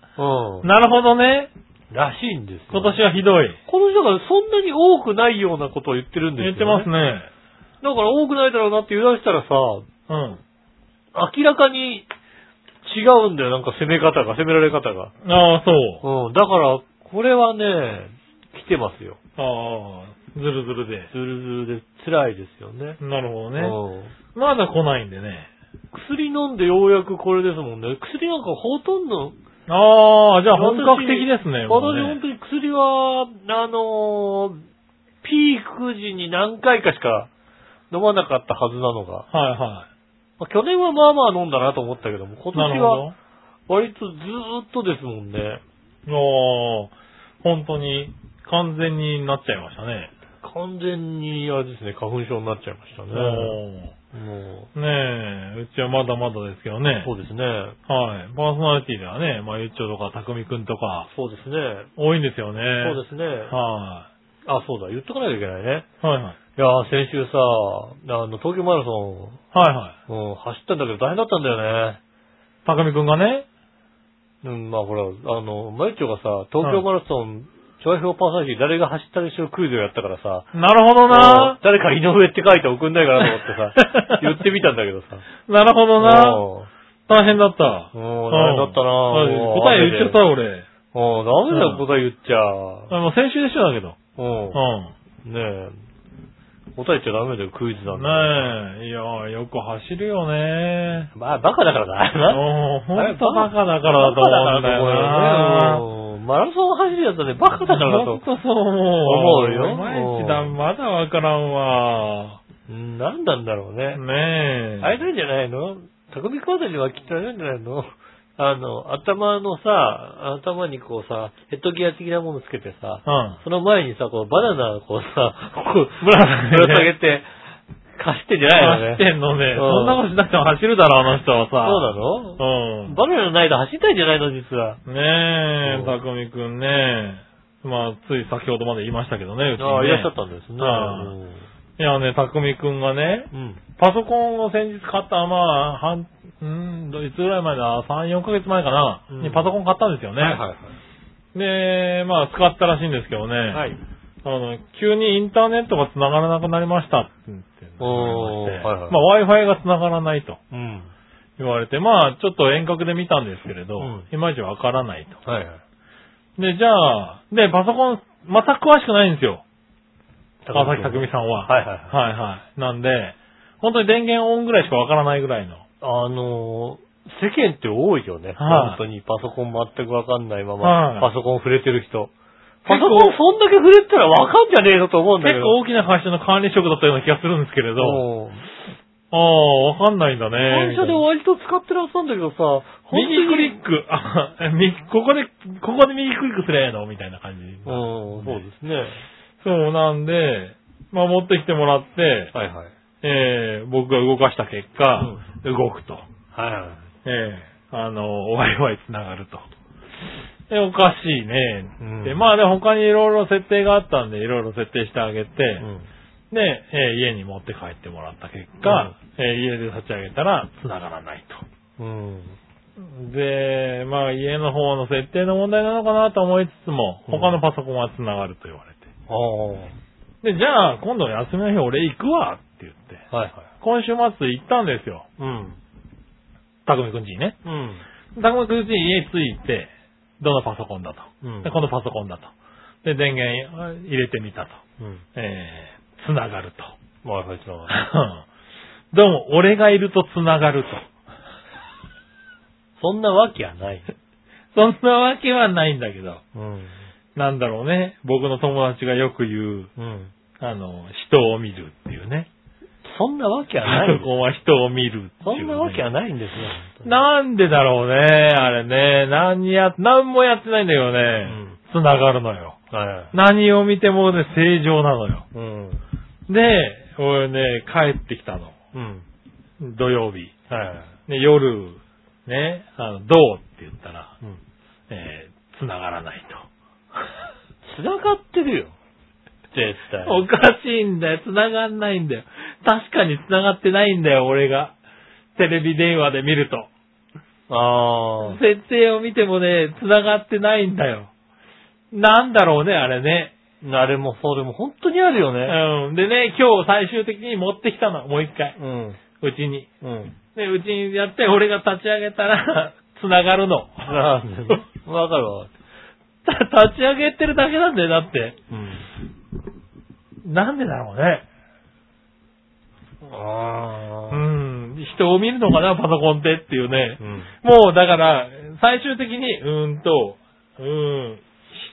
よ
っ。た。
う
なるほどね。
ん。らしいんですよ。
今年はひどい。
この人がそんなに多くないようなことを言ってるんですよ、
言ってます
ね。
ね。
だから多くないだろうなって言い出したらさ、
うん。
明らかに違うんだよ、なんか攻め方が、攻められ方が。
ああ、そう。
うん。だから、これはね、来てますよ。
ああ、ずるずるで。
ズルズルで辛いですよね。
なるほどね。
うん
まだ来ないんでね。
薬飲んでようやくこれですもんね。薬なんかほとんど、
ああ、じゃあ本格的ですね。
私、
もう
私
ね
本当に薬は、あのーピーク時に何回かしか飲まなかったはずなのが、
はいは
まあ去年はまあまあ飲んだなと思ったけども、今
い。な
年
る
は
ほ
割とずーっとですもんね。
ど。ああ、本当に完全になっちゃいましたね。
完全に、あれですね、花粉症になっちゃいましたね。
お
も
ーねえ、うちはまだまだですけど
う
ね。
そうですね。
はい。パーソナリティではね、まあ、ゆっちょとか、たくみくんとか、
そうですね。
多いんですよね。。
そうですすね。
は
あ、そうだ、言っとかなきゃいけないね。
い。はいはい。
いやー、先週さ、あの、東京マラソ
はいはい。
ン、うん、走ったんだけど大変だったんだよね。
たくみくんがね、
うん、まあほら、あの、マユッチョがさ、東京マラソン、調和表パーソナリティ誰が走ったでしょうクイズをやったからさ、
なるほど
もう
な、
誰か井上って書いて送んないかなと思ってさ 言ってみたんだけどさ。
なるほどな
も
大変だった。
うもう大変だったな
うん
もう
答え言っちゃった俺。
もうダメだよ、
うん
答え言っち
あもう先週でしょだけど。
ゃ。
う
うん。ねえ。答えちゃダメだよ、クイズなん
ん。
だから。
ねえ。いやよく走るよね。
まあ、バカだからな。
うんほんとバ
バ
カだからだと思うんだよな。
よね。マラソン走るやつはね、バカだからだ
ほん
と。
とそう思
思
う。
うよ
いまいちだ、まだわからんわ。
うんなんなんだろうね。
ねえ。
あれなんじゃないの匠君たちはきっとあれなんじゃないのあの、頭のさ、頭にこうさ、ヘッドギア的なものつけてさ、
うん。
その前にさ、こうバナナをこうさ、こう、
ぶら下げて
ぶら下げて、貸してんじゃないのね
走っ。てんのね。
うん
そんなことしなくても走るだろ、あの人は
そう
さ。
なの
うん。
バナナないと走りたいんじゃないの、実は。
ねえ、
そ
た
う
くみくんね。まあ、つい先ほどまで言いましたけどね、うちに、ね。
ああ、いらっしゃったんですね。
ああいやね、たくみくんがね、
うん。
パソコンを先日買った、まあ、半、うんどいつぐらい前だ、3、4ヶ月前かな、
うん
にパソコン買ったんですよね。
はいはい
で、まあ、使ったらしいんですけどね、
はい。はい。
あの、急にインターネットが繋がらなくなりましたって言って
おー
言われまして
はいはい
まあ、Wi-Fi が繋がらないと
うん。
言われて、まあ、ちょっと遠隔で見たんですけれど、
うん
いまいちわからないと。
はいはい。
で、じゃあ、で、パソコン、また詳しくないんですよ。川崎匠さんは。
はいはいはい。
はいはい。なんで、本当に電源オンぐらいしかわからないぐらいの。
あのー、世間って多いよね。
はい
本当にパソコン全くわかんないま
はい
ま、パソコン触れてる人。パ
結
ソコ
構
ンそんだけ触れてたらわかんじゃねえのと思うんだけ
結
ど。
構大きな会社の管理職だったような気がするんですけれど。
構、
ああ、わかんないんだね。
会社で
み
割と使ってるはずなんだけどさ、
たいな右クリ
ク。
ック。あ右ここで、ここで右クリックすりゃええのみたいな感じ。
うん、そうですね。
そうなんで、まあ持ってきてもらって、
はいはい。
えー僕が動かした結果、動くと。
はいはい。
ええあの、ワイワイ繋がると。え、おかしいね。
うん
で、まあね、他にいろいろ設定があったんで、いろいろ設定してあげ
う
て、
ん
で、えー家に持って帰ってもらった結果、えー家で立ち上げたら繋がらない
うん。
と。で、まあ家の方の設定の問題なのかなと思いつつも、
うん
他のパソコンは繋がると言われて。
ああ。はい
で、じゃあ今度休みの日俺行くわって言って、
はい。
今週末行ったんですよ。
うん。
たくみくんちにね。
うん。
たくみくんちに家着いて、どのパソコンだと。
うん
でこのパソコンだと。で、電源あ入れてみたと。
うん。
えー、繋がると。
Wi-Fi つながる。
どうも、俺がいると繋がると。
そんなわけはない。
そんなわけはないんだけど、
うん。
なんだろうね。僕の友達がよく言う、
うん。
あの、人を見るっていうね。
そんなわけはな
パソ
い。
コンは人を見るっていう
そ
ね、
んなわけはないんですよ。
なんでだろうね、あれね。何や、何もやってないんだけどね。繋がるのよ。
は
何を見てもね、正常なのよ。
い。うん。
で、俺ね、帰ってきたの。
うん。
土曜日。
はい。
で、夜、ね、あの、どうって言ったら、
うん。
えー、繋がらない
繋がってるよ。絶対。
と。おかしいんだよ。繋がんないんだよ。確かに繋がってないんだよ、俺が。テレビ電話で見ると。
あー。
設定を見てもね、繋がってないんだよ。なんだろうね、あれね。
あれもそれも本当にあるよね。
うん。でね、今日最終的に持ってきたの、もう一回。
うん。
うちに。
うん。
で、うちにやって、俺が立ち上げたら、 繋がるの。
なんでねわかるわ。
た立ち上げてるだけなんだよ、だって。
うん。
なんでだろうね。
あ
う
ー。
ん。人を見るの かな、パソコンってっていうね
う。ん。
もう、だから、最終的に、うーんと、うーん、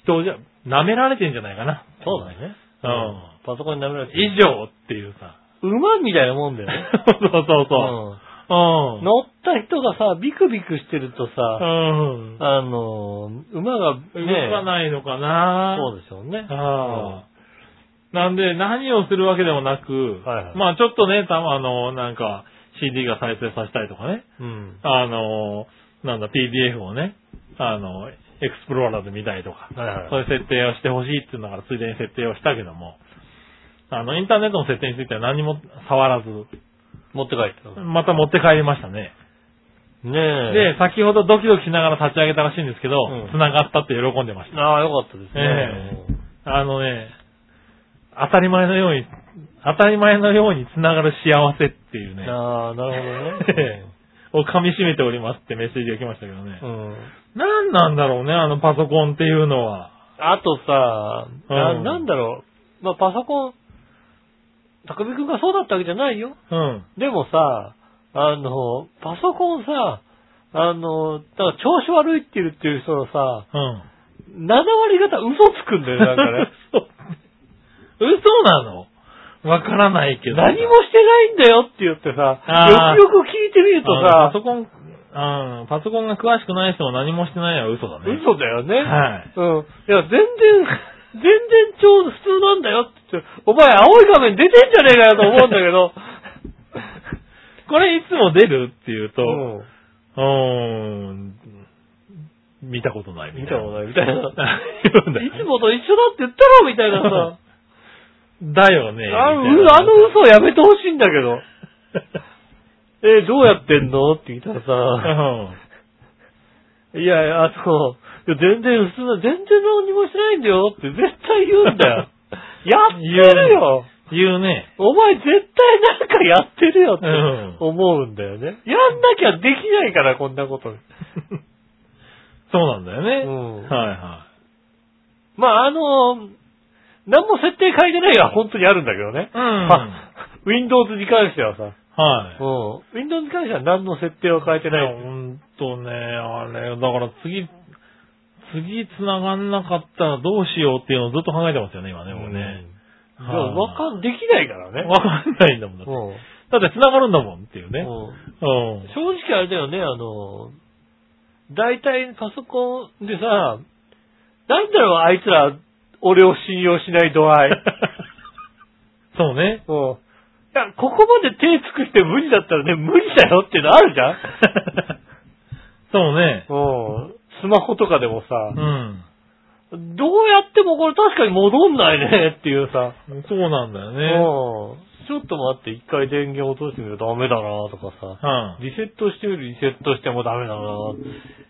人じゃ、舐められてんじゃないかな。
そうだね。
うん。
パソコンに舐められてる。
以上っていう さ。
馬みたいなもんだよね。
そうそうそう。うん。
乗った人がさ、ビクビクしてるとさ、
うん。
あの、馬がね、
動かないのかな
そうですよね。
ああなんで、何をするわけでもなく、
はいはい
まあちょっとね、たまあの、なんか、CD が再生させたりとかね、
うん。
あの、なんだ、PDF をね、あの、エクスプローラーで見たりとか、
はいはい
そういう設定をしてほしいっていうのから、ついでに設定をしたけども、あの、インターネットの設定については何も触らず、
持って帰った。
また持って帰りましたね。
ねえ。
で、先ほどドキドキしながら立ち上げたらしいんですけど、
うん
繋がったって喜んでました。
ああ、よかったですね。
えあのね、当たり前のように、当たり前のように繋がる幸せっていうね、
ああ、なるほど ね。
を噛み締めておりますってメッセージが来ましたけどね
う。ん。
なんなんだろうね、あのパソコンっていうのは。
あとさ、な
うん
なんだろう。まあ、パソコン、高見くんがそうだったわけじゃないよ。
うん。
でもさ、あの、パソコンさ、あの、だから調子悪いって言うっていう人のさ、
うん。
7割方嘘つくんだよね、なんかね。
そう 嘘なのわからないけど。
何もしてないんだよって言ってさ
あ、ー
よくよく聞いてみると
あのパ
さ、
ソコン、うん、パソコンが詳しくない人は何もしてないのは嘘だね。
嘘だよね。
はい。
うん。いや、全然、全然超普通なんだよって言って、お前青い画面出てんじゃねえかよと思うんだけど。
これいつも出るっていうと、
うん
うーん。見たことないみ
見
た
た
いな。
ことないみたい な。いつ
い
もと一緒だって言ったろみたいなさ。
つも。だよ ね。
あの
みたいな
あの嘘やめてほしいんだけ ど。え、どうやってんのって聞いたら さ、いやいや、あそこ、いや全然普通な、全然何もしないんだよって絶対言うんだ よ。やってるよ
うん。言う ね。
お前絶対なんかやってるよって
うん
思うんだよね。やんなきゃできないから、こんなこと。
そうなんだよね。
うん
はいは
まあ、あの何も設定変えてないのは本当にあるんだけどね。
い。うん
ま Windows に関してはさ、
はい。
うん Windows に関しては何の設定を変えて
い
な
や、
い。
ほんとね、あれ、だから次、次繋がんなかったらどうしようっていうのをずっと考えてますよね、今ね、もうね。
うん。
はい
でもわかん、できないからね。
わかんないんだもんだって。
うん
だって繋がるんだもんっていうね。
うん
うん。
正直あれだよね、あの、大体パソコンでさ、なんだろう、あいつら、俺を信用しない度合 い。
そうね。
うん。いや、ここまで手尽くして無理だったらね、無理だよっていうのあるじゃん
そうね。
うん。スマホとかでもさ、
うん。
どうやってもこれ確かに戻んないねっていうさ、
そうなんだよ
うん。
ね。
ちょっと待って、一回電源落としてみるとダメだなとかさ、
うん。
リセットしてみるリセットしてもダメだな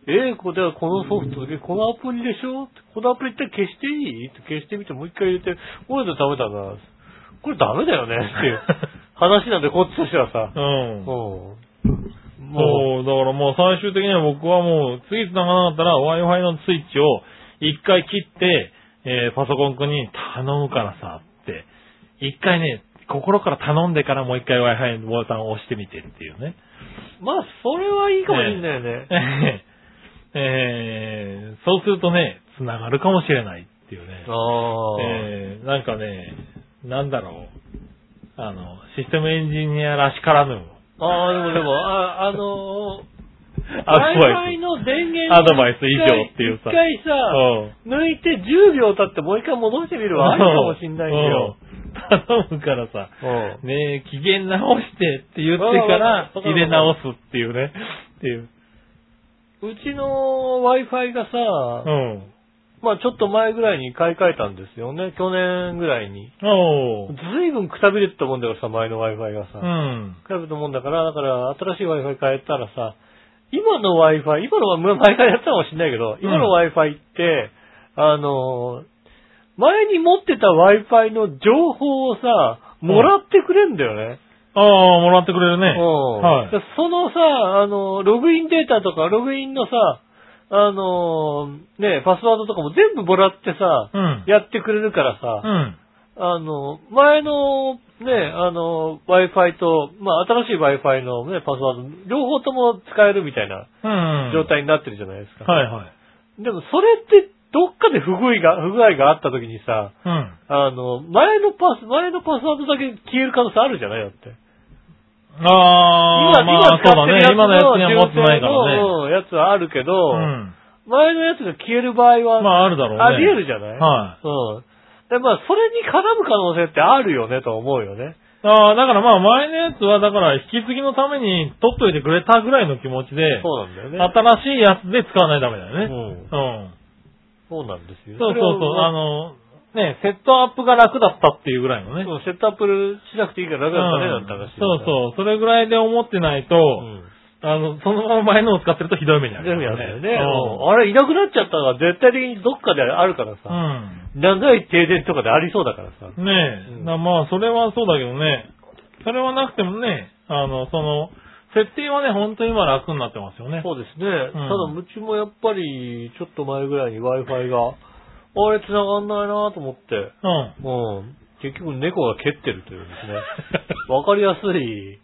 えー、これはこのソフトで、このアプリでしょこのアプリって消していいって消してみてもう一回入れて、これでダメだなこれダメだよねって いう話なんでこっちとしてはさ、
うん。
うん。も
もう、だからもう最終的には僕はもう、次繋がらなかったら Wi-Fi のスイッチを一回切って、えー、パソコン君に頼むからさって、一回ね、心から頼んでからもう一回 Wi-Fi のボタンを押してみてっていうね。
う、まあ、それはいいかもしれないよね。
えー、そうするとね、繋がるかもしれないっていうね。
ああ、
えー、なんかね、なんだろう。あの、システムエンジニアらしからぬ。
ああ、でもでも、あ、あの
アドバイ
Wi-Fi の電源
アドバイス以上っていうさ
一回一回さ、
ス。
抜いて10秒経ってもう一回戻してみるはありかもしんないんだよ。
うん。頼むからさ、
うん
ねえ、機嫌直してって言ってか
わ
ら
かるわかる
入れ直すっていうね。っていう。
うちの Wi-Fi がさ、
うん。
まあちょっと前ぐらいに買い替えたんですよね。去年ぐらいに。
お
ず
ー。
いぶんくたびれてたもんだからさ、前の Wi-Fi がさ。
うん。
比べたもんだから、だから新しい Wi-Fi 変えたらさ、今の Wi-Fi、今のは前からやったかもしれないけど、今の Wi-Fi って、あのー、前に持ってた Wi-Fi の情報をさ、もらってくれんだよね。
ああ、もらってくれるね。
うん
はい
で。そのさ、あの、ログインデータとか、ログインのさ、あのー、ね、パスワードとかも全部もらってさ、
うん。
やってくれるからさ、
うん。
あの、前のね、あの、Wi-Fi と、まあ、新しい Wi-Fi のね、パスワード、両方とも使えるみたいな
うん。
状。態になってるじゃないですか。
はいはい。
でも、それって、どっかで不具合が、不具合があった時にさ、
うん。
あの、前のパス、前のパスワードだけ消える可能性あるじゃないだって。
ああ、まあ、そうだね。今のやつには持ってないからね。
の、うんやつはあるけど、
うん。
前のやつが消える場合は、
まあ、あるだろうね。
あり得るじゃない
はい。
うん。で、まあ、それに絡む可能性ってあるよね、と思うよね。
ああ、だからまあ前のやつは、だから引き継ぎのために取っといてくれたぐらいの気持ちで、
そうなんだよね。
新しいやつで使わないとダメだよね。
うん
うん。
そうなんですよ。
そうそう
れ
そう。
を
あの、ね、セットアップが楽だったっていうぐらいのね。
そうセットアップしなくていいから楽だったね、なんて
うん
話。
そうそう。それぐらいで思ってないと、
うん。
あの、そのまま前のを使ってるとひどい目に
全
あ
部
る、
やだよね。うん
う
あれ、いなくなっちゃったのは絶対的にどっかであるからさ。
ん。
長い停電とかでありそうだからさ。
うん。ねえ。
うん
なまあ、それはそうだけどね。それはなくてもね、あの、その、設定はね、本当に今楽になってますよね。
そうですね。ただ、
うん
うちもやっぱり、ちょっと前ぐらいに Wi-Fi が、あれ、繋がんないなと思って。
う
う
ん。
ん。結局、猫が蹴ってるというです ね。わかりやすい。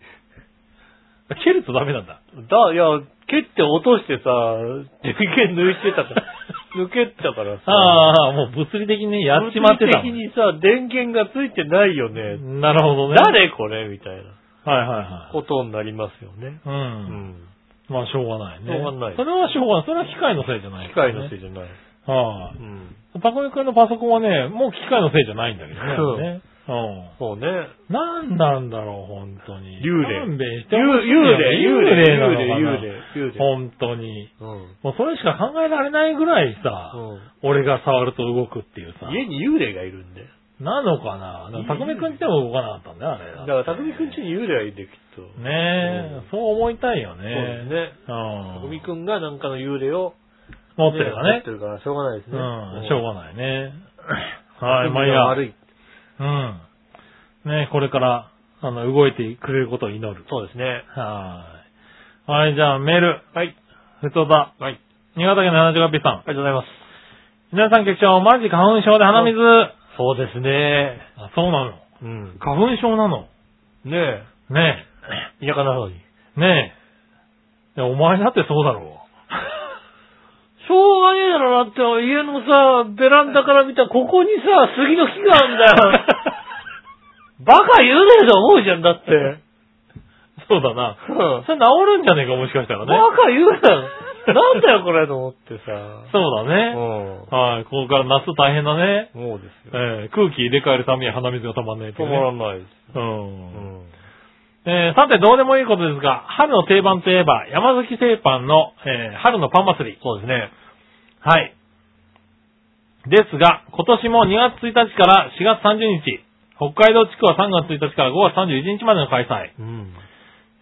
蹴るとダメなんだ。
だ、いや、蹴って落としてさ、電源抜いてた から、抜けてたからさ、
ああ、もう物理的にねやっちまってたも
物
ん。
理的にさ、電源がついてないよね。
なるほどね。
誰これみたいな
はいはいはい。
ことになりますよね。
う。
うんん。
まあ、しょうがないね。
しょうがない
それはしょうがない。それは機械のせいじゃない、
機械のせい
い。
じゃない。
は
う
い、
ん。
パコミ君のパソコンはね、もう機械のせいじゃないんだけどね。
そう
ねうん。
そうね。
なんなんだろう、本当に。
幽霊
勘弁して
幽
ほしいよ
霊、幽霊、
幽霊なのかな
幽霊、幽霊、幽霊。
本当に。
うん。
もうそれしか考えられないぐらいさ、
うん
俺が触ると動くっていうさ。
家に幽霊がいるんで。
なのかなだから、たくみくんっても動かなかったんだよ、あれ。
だから、たくみくんちに幽霊がいるんで、きっと。
ねえ、
うん
そう思いたいよね。
そうですね。
うん。
たくみくんがなんかの幽霊を
持ってれば
持っ
ね
て。るから、しょうがないです
う
ね。
ん、しょうがな いね。
な
はい、まあいい
悪
や。
い。
うん。ねこれから、あの、動いてくれることを祈る。
そうですね。
はーい。はい、じゃあメール。
はい。
ふとだ。
はい。
新潟県の78ピさん。
ありがとうございます。
皆さん局長、マジ花粉症で鼻水。
そうですね。
あ、そうなの。
うん。
花粉症なの。
ね
ね
え。田舎なのに。
え。ねえ。いやお前だってそうだろ
しょうがねえだろ、だって家のさ、ベランダから見たらここにさ、杉の木があるんだよ。 バカ言うねえと思うじゃん、だって。
う。そうだな。
うん
それ治るんじゃねえか、もしかしたらね。
バカ言うな よ。なんだよ、これ、と思ってさ。
そうだ
う
ね。
ん。
はい、ここから夏大変だね。
そうですよ。
えー空気入れ替えるために鼻水が溜まんないって
止
いう
まら
ね。
ないです。
うん
うん。
えーさて、どうでもいいことですが、春の定番といえば、山崎製パンの、えー春のパン祭り。そうですね。はい。ですが、今年も2月1日から4月30日、北海道地区は3月1日から5月31日までの開催。
うん。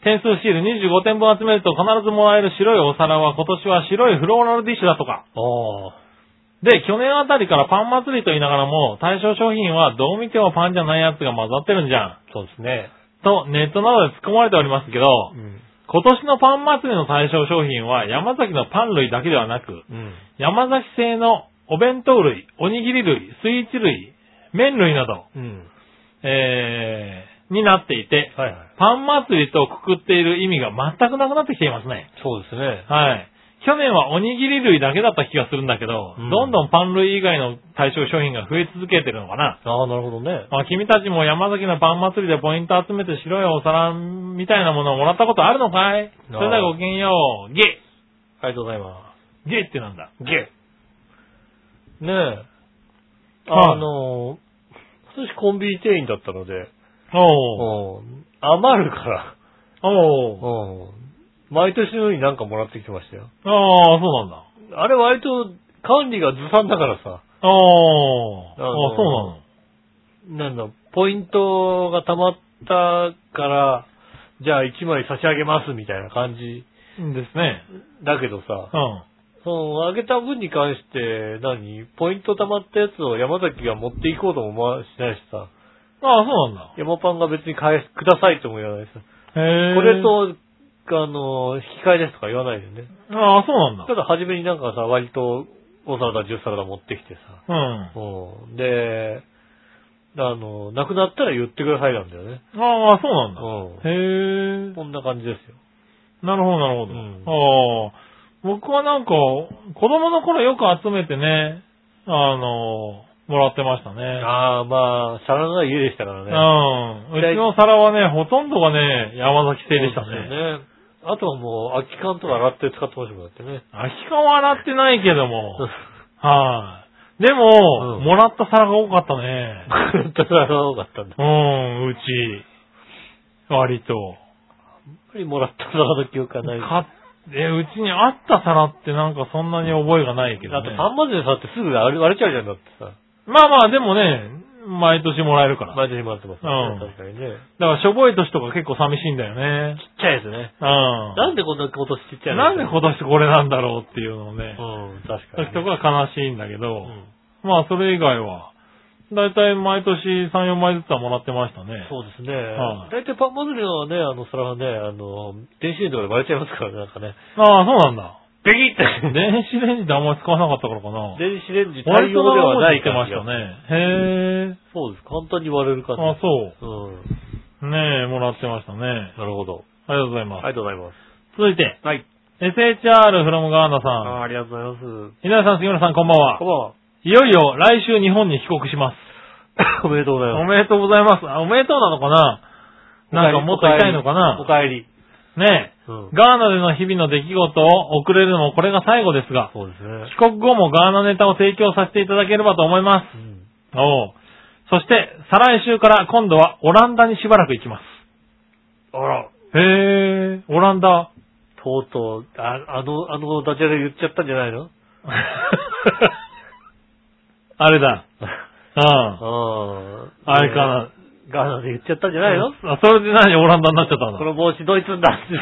点数シール25点分集めると必ずもらえる白いお皿は今年は白いフローラルディッシュだとか。
ああ。
で、去年あたりからパン祭りと言いながらも、対象商品はどう見てもパンじゃないやつが混ざってるんじゃん。
そうですね。
と、ネットなどで突っ込まれておりますけど、
うん。
今年のパン祭りの対象商品は山崎のパン類だけではなく、
うん。
山崎製のお弁当類、おにぎり類、スイーツ類、麺類など、
うん。
えー、になっていて、
はいはい。
パン祭りとくくっている意味が全くなくなってきていますね。
そうですね。
はい。去年はおにぎり類だけだった気がするんだけど、
うん
どんどんパン類以外の対象商品が増え続けてるのかな。
ああ、なるほどね。
あ君たちも山崎のパン祭りでポイント集めて白いお皿みたいなものをもらったことあるのかいそれではごきげんよう。ゲ
ありがとうございます。
ッゲッってなんだ。
ゲねえ。あ
はい
の、私コンビニ店員だったので、
お
う
う
ん余るから、
おう
うん毎年のようになんかもらってきてましたよ。
ああ、そうなんだ。
あれ割と管理がずさんだからさ、
ああ、ああ
あの
そうな
な
の。
んだ、ポイントが溜まったから、じゃあ1枚差し上げますみたいな感じ
ですね。
だけどさ、
うん。
その、あげた分に関して何、ポイント溜まったやつを山崎が持っていこうとも思わしないしさ、
ああ、そうなんだ。
山パンが別に返し、くださいとも言わないしさ、
へえ。
これ。と、あの、引き換えですとか言わないよね。
ああ、そうなんだ
た。だ初めになんかさ、割と、5サラダ、10サラダ持ってきてさ、
うん。
うん。で、あの、なくなったら言ってくださいなんだよね。
ああ、そうなんだ。
う
へえ
ん。。こんな感じですよ。
なるほど、なるほど。
うん
ああ。僕はなんか、子供の頃よく集めてね、あの、もらってましたね。
ああ、まあ、皿のない家でしたからね。
うん。うちの皿はね、ほとんどがね、山崎製でした
そうです
ね。
よね。あとはもう、空き缶とか洗って使ってましたもんだってね。
空き缶は洗ってないけど も。はい。でも、
うん
もらった皿が多か ったね。
本当だ、多かったんだ。やっ
うん、うち。割と。
ぱりもらった皿の記憶がない。だ
かえ、うちにあった皿ってなんかそんなに覚えがないけど、
って
ね。
三文字の皿ってすぐ割れ割れちゃうじゃんだってさ。
まあまあ、でもね、毎年もらえるから。
毎
だか
年もらってますからね。
うん
確かにね。
ら、しょぼい年とか結構寂しいんだよね。
ちっちゃいですね。
うん。
なんでこんな今年ちっちゃいの
なんで今年これなんだろうっていうのをね。
うん、確かに、
時
ね。
とかは悲しいんだけ
う
ど、
ん
まあ、それ以外は、だいたい毎年3、4枚ずつはもらってましたね。
そうですね。
はい
大体パン祭りのね、あの、それはね、あの、電子レンジとかで割れちゃいますからね、なんかね。
ああ、そうなん だ。
ベキって。
電子レンジってあんまり使わなかったからかな。
電子レンジ対応ではない
割と
感
長持
じが。
ちしてましたね。へえ。
そうです。簡単に割れる感じ。
あ、そう
うん。。
ねえ、もらってましたね。
なるほど。
ありがとうございます。
ありがとうございます。
続いて、
はい。
SHR from ガーナ
あ
さん。
ありがとうございます。
稲田さん、杉村さん、こんばんは
こん。ばんは。
いよいよ来週日本に帰国します。
おめでとうござい
お
ます。
めでとうございます。あおめでとうなのかななんかもっと痛いのか
お
な
帰り。
ねえ。
うん。
ガーナでの日々の出来事を送れるのもこれが最後ですが、
そうですね。
帰国後もガーナネタを提供させていただければと思いま
うん。
す。おうそして、再来週から今度はオランダにしばらく行きま
あら、
す。へえ、オランダ。
とうとう、ああの、あのダジャレ言っちゃったんじゃないの
あれだ。うん。
ああ。
あれか。な。
ガーナで言っちゃったんじゃないの
あ、それで何オランダになっちゃったんだ。
この帽子ドイツんだって。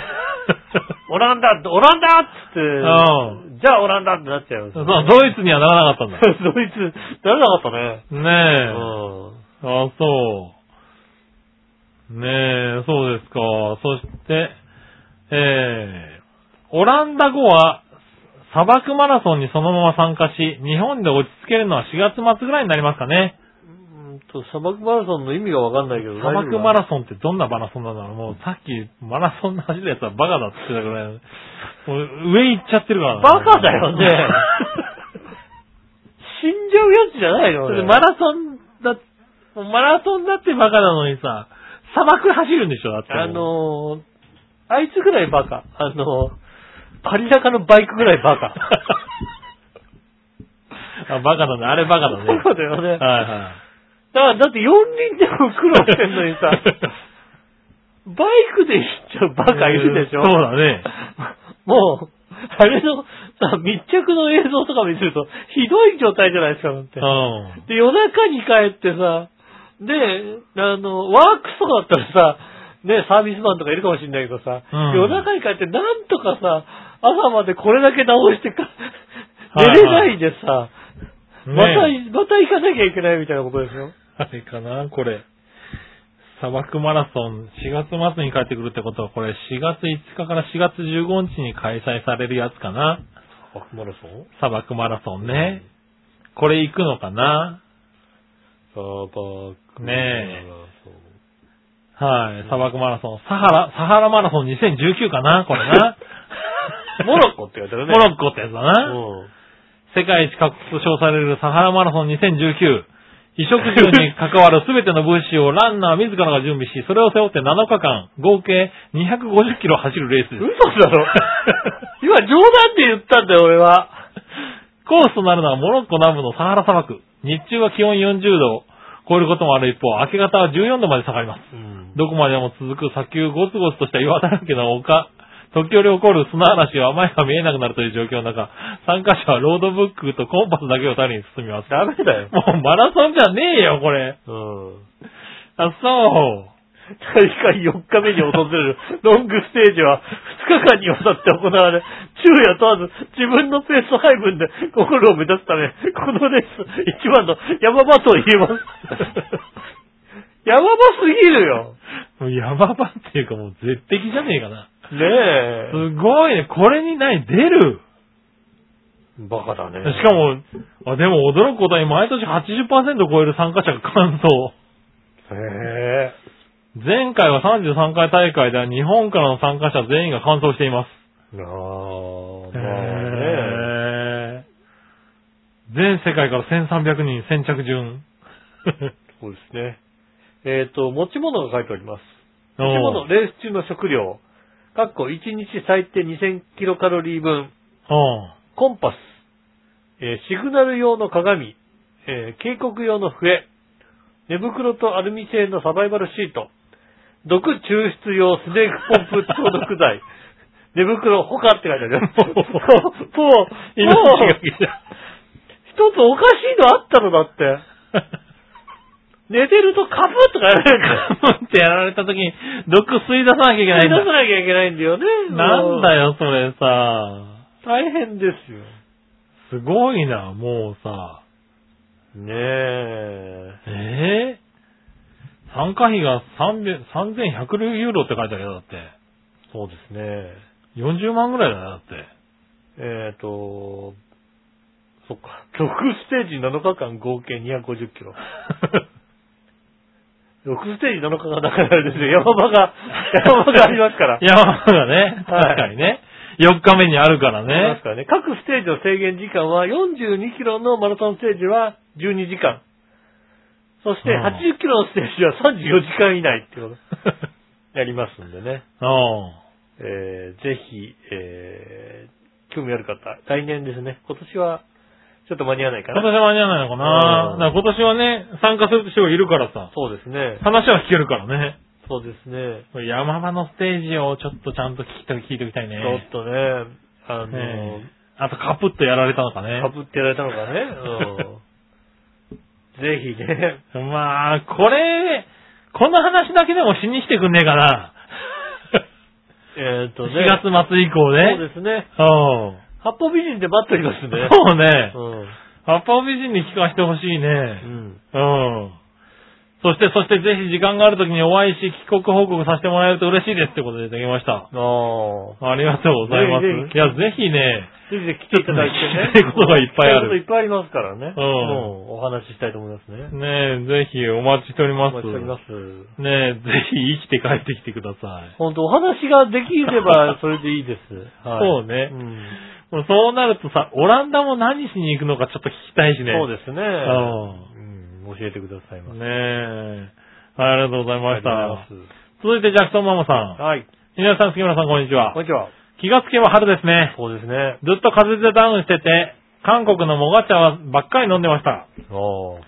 オランダ、オランダっつって、じゃあオランダってなっちゃいます
そ
よ
う、
ね、
ドイツにはならなかったんだ。
ドイツ、ならなかったね。う
ね
ん。
え。あ、そう。ねえ、そうですか。そして、えー、オランダ語は砂漠マラソンにそのまま参加し、日本で落ち着けるのは4月末ぐらいになりますかね。
うんと、砂漠マラソンの意味がわかんないけど、
砂漠マ
ソ
ラソンってどんなマラソンなんだろうもうさっきマラソンの走るやつはバカだって言ってたぐらい、もう上行っちゃってるからな
バカだよね。死んじゃうやつじゃないの
それ
俺
マラソンだ、マラソンだってバカなのにさ、砂漠走るんでしょだって。
あ、のー、あいつぐらいバカ。あのー、パリ高のバイクぐらいバ カ。
あバカだね。あれバカだね。
バカだよ ね。
はいはい。
だからだって4輪でも苦労してんの にさ、バイクで行っちゃうバカいるでしょ、
うんそうだね。
もう、あれのさ、密着の映像とか見てると、ひどい状態じゃないですか、なんて
う。ん。
で、夜中に帰ってさ、で、あの、ワークスとかだったらさ、ね、サービスマンとかいるかもしんないけどさ、
うん
夜中に帰ってなんとかさ、朝までこれだけ直してか、
い
寝
はい
れないでさ、
ねえ
また、また行かなきゃいけないみたいなことですよ。
あれかなこれ。砂漠マラソン、4月末に帰ってくるってことは、これ4月5日から4月15日に開催されるやつかな
あ、マラソン
砂漠マラソンね。これ行くのかな
サーバーク。
ねえはい、砂漠マラソン。サハラ、サハラマラソン2019かなこれな
モロッコって言われてるね。
モロッコってやつだな。
うん
世界一各国と称されるサハラマラソン2019。衣食住に関わる全ての物資をランナー自らが準備し、それを背負って7日間、合計250キロ走るレースです。
嘘だ ろ今冗談で言ったんだよ、俺は。
コースとなるのはモロッコ南部のサハラ砂漠。日中は気温40度を超えることもある一方、明け方は14度まで下がります。どこまでも続く砂丘ゴツゴツとした岩だらけの丘、時折起こる砂嵐は前が見えなくなるという状況の中、参加者はロードブックとコンパスだけを頼りに進みます。
ダメだよ。
もうマラソンじゃねえよ、これ。
うん。
あ、そう。
大会4日目に訪れるロングステージは2日間にわたって行われ、昼夜問わず自分のペース配分でゴールを目指すため、このレース一番の山場と言えます。 山場すぎるよ。
もう山場っていうかもう絶壁じゃねえかな。
ね
すごいね。これにない、出る。
え。バカだね。
しかも、あ、でも驚くことに毎年80%超える参加者が完走。
へえ。
前回は33回大会では日本からの参加者全員が完走しています。
なあ、
へ
まあね。
ー全世界から1300人先着 順。
そうですね。えっ、と、持ち物が書いております。
お
持ち
う
物、レース中の食料。かっこ1日最低2000キロカロリー分。
お う
コンパス、えーシグナル用の鏡、えー警告用の笛、寝袋とアルミ製のサバイバルシート、毒抽出用スネークポンプ消毒剤、 寝袋、ほかって書いてあるよ。もう、 もう、
命
も
が
う一つおかしいのあったのだって。 寝てるとカブッとかやられるから。
けってやられた時に毒吸い出さなきゃいけな
出
いん
さな
だ。
きゃいけないんだよね。
なんだ
よ。
よ、それさ。
大変ですよ。
すごいな、もうさ。
ねえ。
えぇ、参加費が300 3100ユーロって書いてあるよ、だって。
そうですね。
40万ぐらいだよ、だって。
えっ、と、そっか、6ス テージ7日間合計250キロ。6ステージ7日間だからあれです よ、山場が、山場がありますから。
山場がね、
はい
確かにね。4日目にあるから
ありま
ね
す。からね。各ステージの制限時間は42キロのマラソンステージは12時間。そして
うん
80キロのステージは34時間以内ってことやりますんでね。
うん。
えー、ぜひ、えー、興味ある方、来年ですね。今年はちょっと間に合わないか
今
な。
年は間に合わないのか
う。
なんだから今年はね、参加する人がいるからさ、
そうですね。
話は聞けるからね。
そうですね。
山場のステージをちょっとちゃんと聞いて聞いておきたい
ちょっ
ね。
とね、あの
ね、あとカプッとやられたのかね
か。ぶってやられたのか ね。うん、ぜひね。
まあ、これ、この話だけでもしに来てくんねえかな。
えっ、と
4
ね。
月末以降ね。
そうですね。
うん
八方美人で待っておりますね。
そうね。
うん
アッパー美人に聞かせてほしいね。
うん。
うん。そして、そして、ぜひ時間があるときにお会いし、帰国報告させてもらえると嬉しいですってことでいただきました。
あ
ありがとうございます。
ぜひぜ
いや、ぜひね、
あ。ぜひぜひ来ていただいてね。
聞きたいことがいっぱい
聞
ある
きたいこといっぱいありますからね。
うん
んお話ししたいと思いますね。
ねぜひお待ちしており
お
ます。
待ちしております。
ねぜひ生きて帰ってきてください。
本当お話ができれ ばそれでいいです。はい、
そうね
ん
もうそうなるとさ、オランダも何しに行くのかちょっと聞きたいしね。
そう
で
ですね。
う
うん。教えてくださいませ。
ねえ。はいありがとうございました。続いてジャクソンママさん。
はい。
皆さん、杉村さん、こんにちは
こん。にちは。
気がつけば春ですね。
そうですね。
ずっと風邪でダウンしてて、韓国のモガ茶はばっかり飲んでました。
おー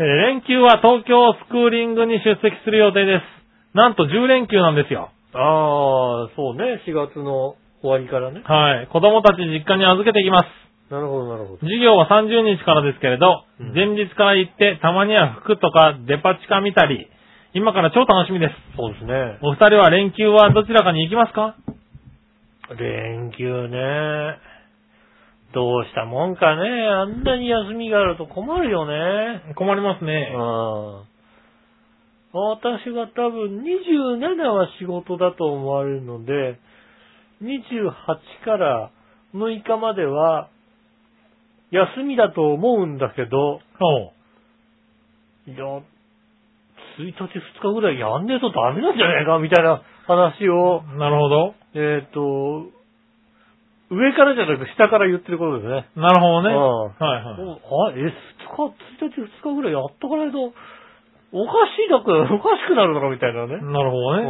えー連休は東京スクーリングに出席する予定です。なんと10連休なんですよ。
あー、そうね。4月の終わりからね。
はい。子供たち実家に預けていきます。
なるほど、なるほど。
授業は30日からですけれど、
うん
前日から行って、たまには服とかデパ地下見たり、今から超楽しみです。
そうですね。
お二人は連休はどちらかに行きますか
連休ね。どうしたもんかね。あんなに休みがあると困るよね。
困ります
う
ね。
ん。私が多分27は仕事だと思われるので、28から6日までは休みだと思うんだけど、
そ
いや、1日2日ぐらいやんねえとダメなんじゃねえかみたいな話を、
う。なるほど。
えっ、と、上からじゃなく下から言ってることですね。
なるほどね。
うん
はいはい。
おあ、え、2日、1日2日ぐらいやっとかないと、おかしいだく、おかしくなるだろみたいなね。
なるほど
う
ね。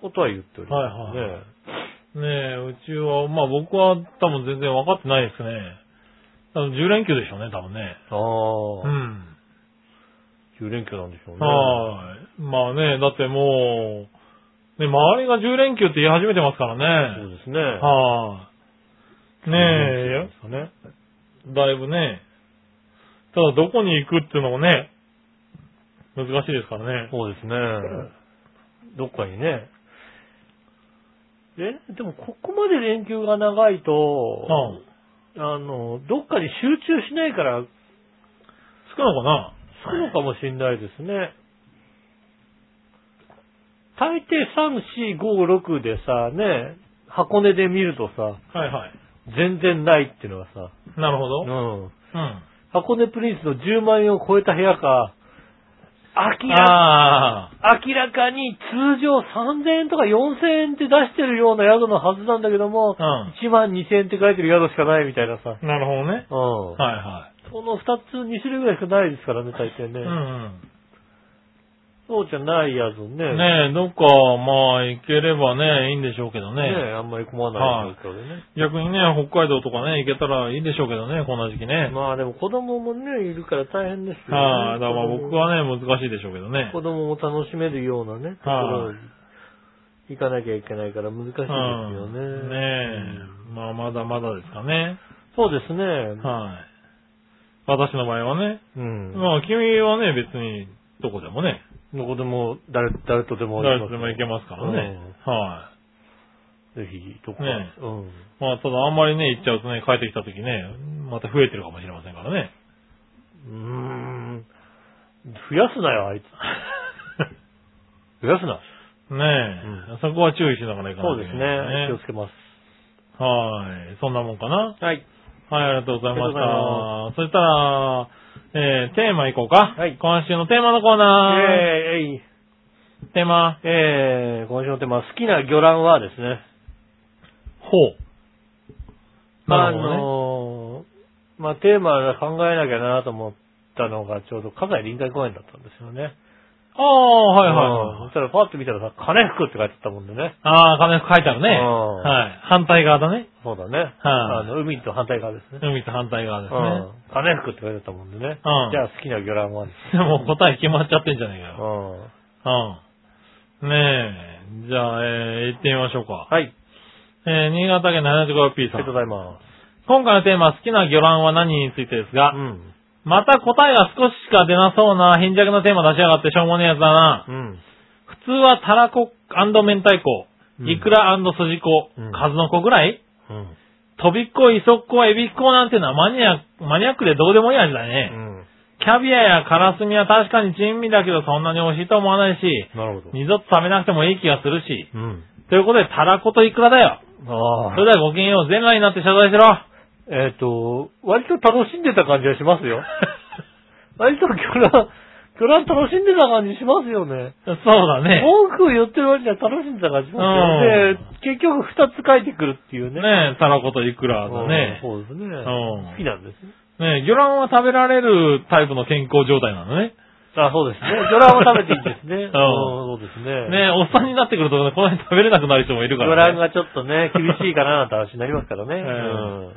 ん。ことは言ってる、
はいはい
ね
ねえ、うちは、まあ僕は多分全然分かってないですね。多分10連休でしょうね、多分ね。
ああ、
うん。
9連休なんでしょうね。
はい。まあね、だってもう、ね、周りが10連休って言い始めてますから
そう
ね。
ですね。
はい、ね
そうですよね。
え、だいぶね、ただどこに行くっていうのもね、難しいですからね。
そうですね。どっかにね。え、でもここまで連休が長いと、
は
あの、どっかに集中しないから、
つくのかな
つくのかもしんないですね。大抵3、4、5、6でさ、ね、箱根で見るとさ、
はいはい。
全然ないっていうのがさ、
なるほ
う
ど。
ん。
うん。
箱根プリンスの10万円を超えた部屋か、明らか
ああ、
明らかに通常3000円とか4000円って出してるような宿のはずなんだけども、
うん
1万2000円って書いてる宿しかないみたいなさ。
なるほどね。
うん。
はいは
その2つ、2種類ぐらいしかないですからね、大抵ね。
い。うん
そうじゃない宿
う
ね。
ん。ねえ、どっか、まあ、行ければね、いいんでしょうけど
ね
ね。
あんまり困らない状況でね。
逆にね、北海道とかね、行けたらいいでしょうけどね、こんな時期ね。
まあでも子供もね、いるから大変ですよね。
はい、だからまあ僕はね、難しいでしょうけどね。
子供も楽しめるようなね、ところに行かなきゃいけないから難しいですよね。
うんねえ。まあ、まだまだですかね。
そうですね。
はい。私の場合はね。
うん。
まあ、君はね、別に、どこでもね、
どこでも、誰、誰とでも
誰とでも行けますからね。は
ぜひ、どこか、
ね
うん。
い。まあ、ただあんまりね、行っちゃうとね、帰ってきた時ね、また増えてるかもしれませんからね。
うーん。増やすなよ、あいつ。増やすな。
ねえ。そこは注意しながら行か
そう
ない
です
といけな
ね。気
いで
を
す
つけます。
ね。はい。そんなもんかな。
はい。
はい、ありがとうございました
ありが。
そしたら、えー、テーマいこうか。
はい
今週のテーマのコーナー。
えー、
テーマ。
えー、今週のテーマ、好きな魚卵はですね。
ほう。なるほ
あ
どね。
のーまあ、テーマ考えなきゃなと思ったのが、ちょうど、加西臨海公園だったんですよね。
ああ、はい
うん
はい
そ
は
し
い。
たら、パッと見たらさ、金服って書いてあったもんでね。
ああ、金子書いてあるね。
うん
はい。反対側だね。
そうだね。あの、海と反対側ですね。
海と反対側です
うん
ね。
金服って書いてあったもんでね。
うん
じゃあ好きな魚卵はです。
で も答え決まっちゃってんじゃねえ
う
かよ。
ん。
うん。ねえ。じゃあ、えー、行ってみましょうか。
はい。
えー、新潟県 75P
あ
さ
りがとうご
ん。
ざいま
今回のテーマ、好きな魚卵は何についてですが
す。う、ん。
また答えが少ししか出なそうな貧弱なテーマ出しやがってしょうもねえやつだな。
うん。
普通はたらこ明太子
う、ん
いくらすじこ
うん、
数の子ぐらい
うん。
とびっこ、いそっこ、エビっこなんてのはマニアマニアックでどうでもいい味だ
う
ね。
ん。
キャビアやカラスミは確かに珍味だけどそんなに美味しいと思わないし、
なるほど。
二度と食べなくてもいい気がするし。
うん。
ということで、たらこといくらだよ。
あ
そ
あ。
れではごきげんよう、全裸になって謝罪し ろ。
えっ、と、割と楽しんでた感じがします よ。割と魚卵、魚卵楽しんでた感じしますよね。
そうだね。
文句を言ってる割には楽しんでた感じしますよ。で、結局二つ書いてくるっていうね。
ねえ、たらこといくらだ
うん
ね。
そうですね。
ん
好きなんですね。
ねえ、魚卵は食べられるタイプの健康状態なのね。
あ、そうですね。 魚卵は食べていいんですね。
うん
そうですね。
ねえ、おっさんになってくるとね、この辺食べれなくなる人もいるか
魚
ら
卵
ね。
がちょっと ね、厳しいかななんて話になりますからね。
ん
うん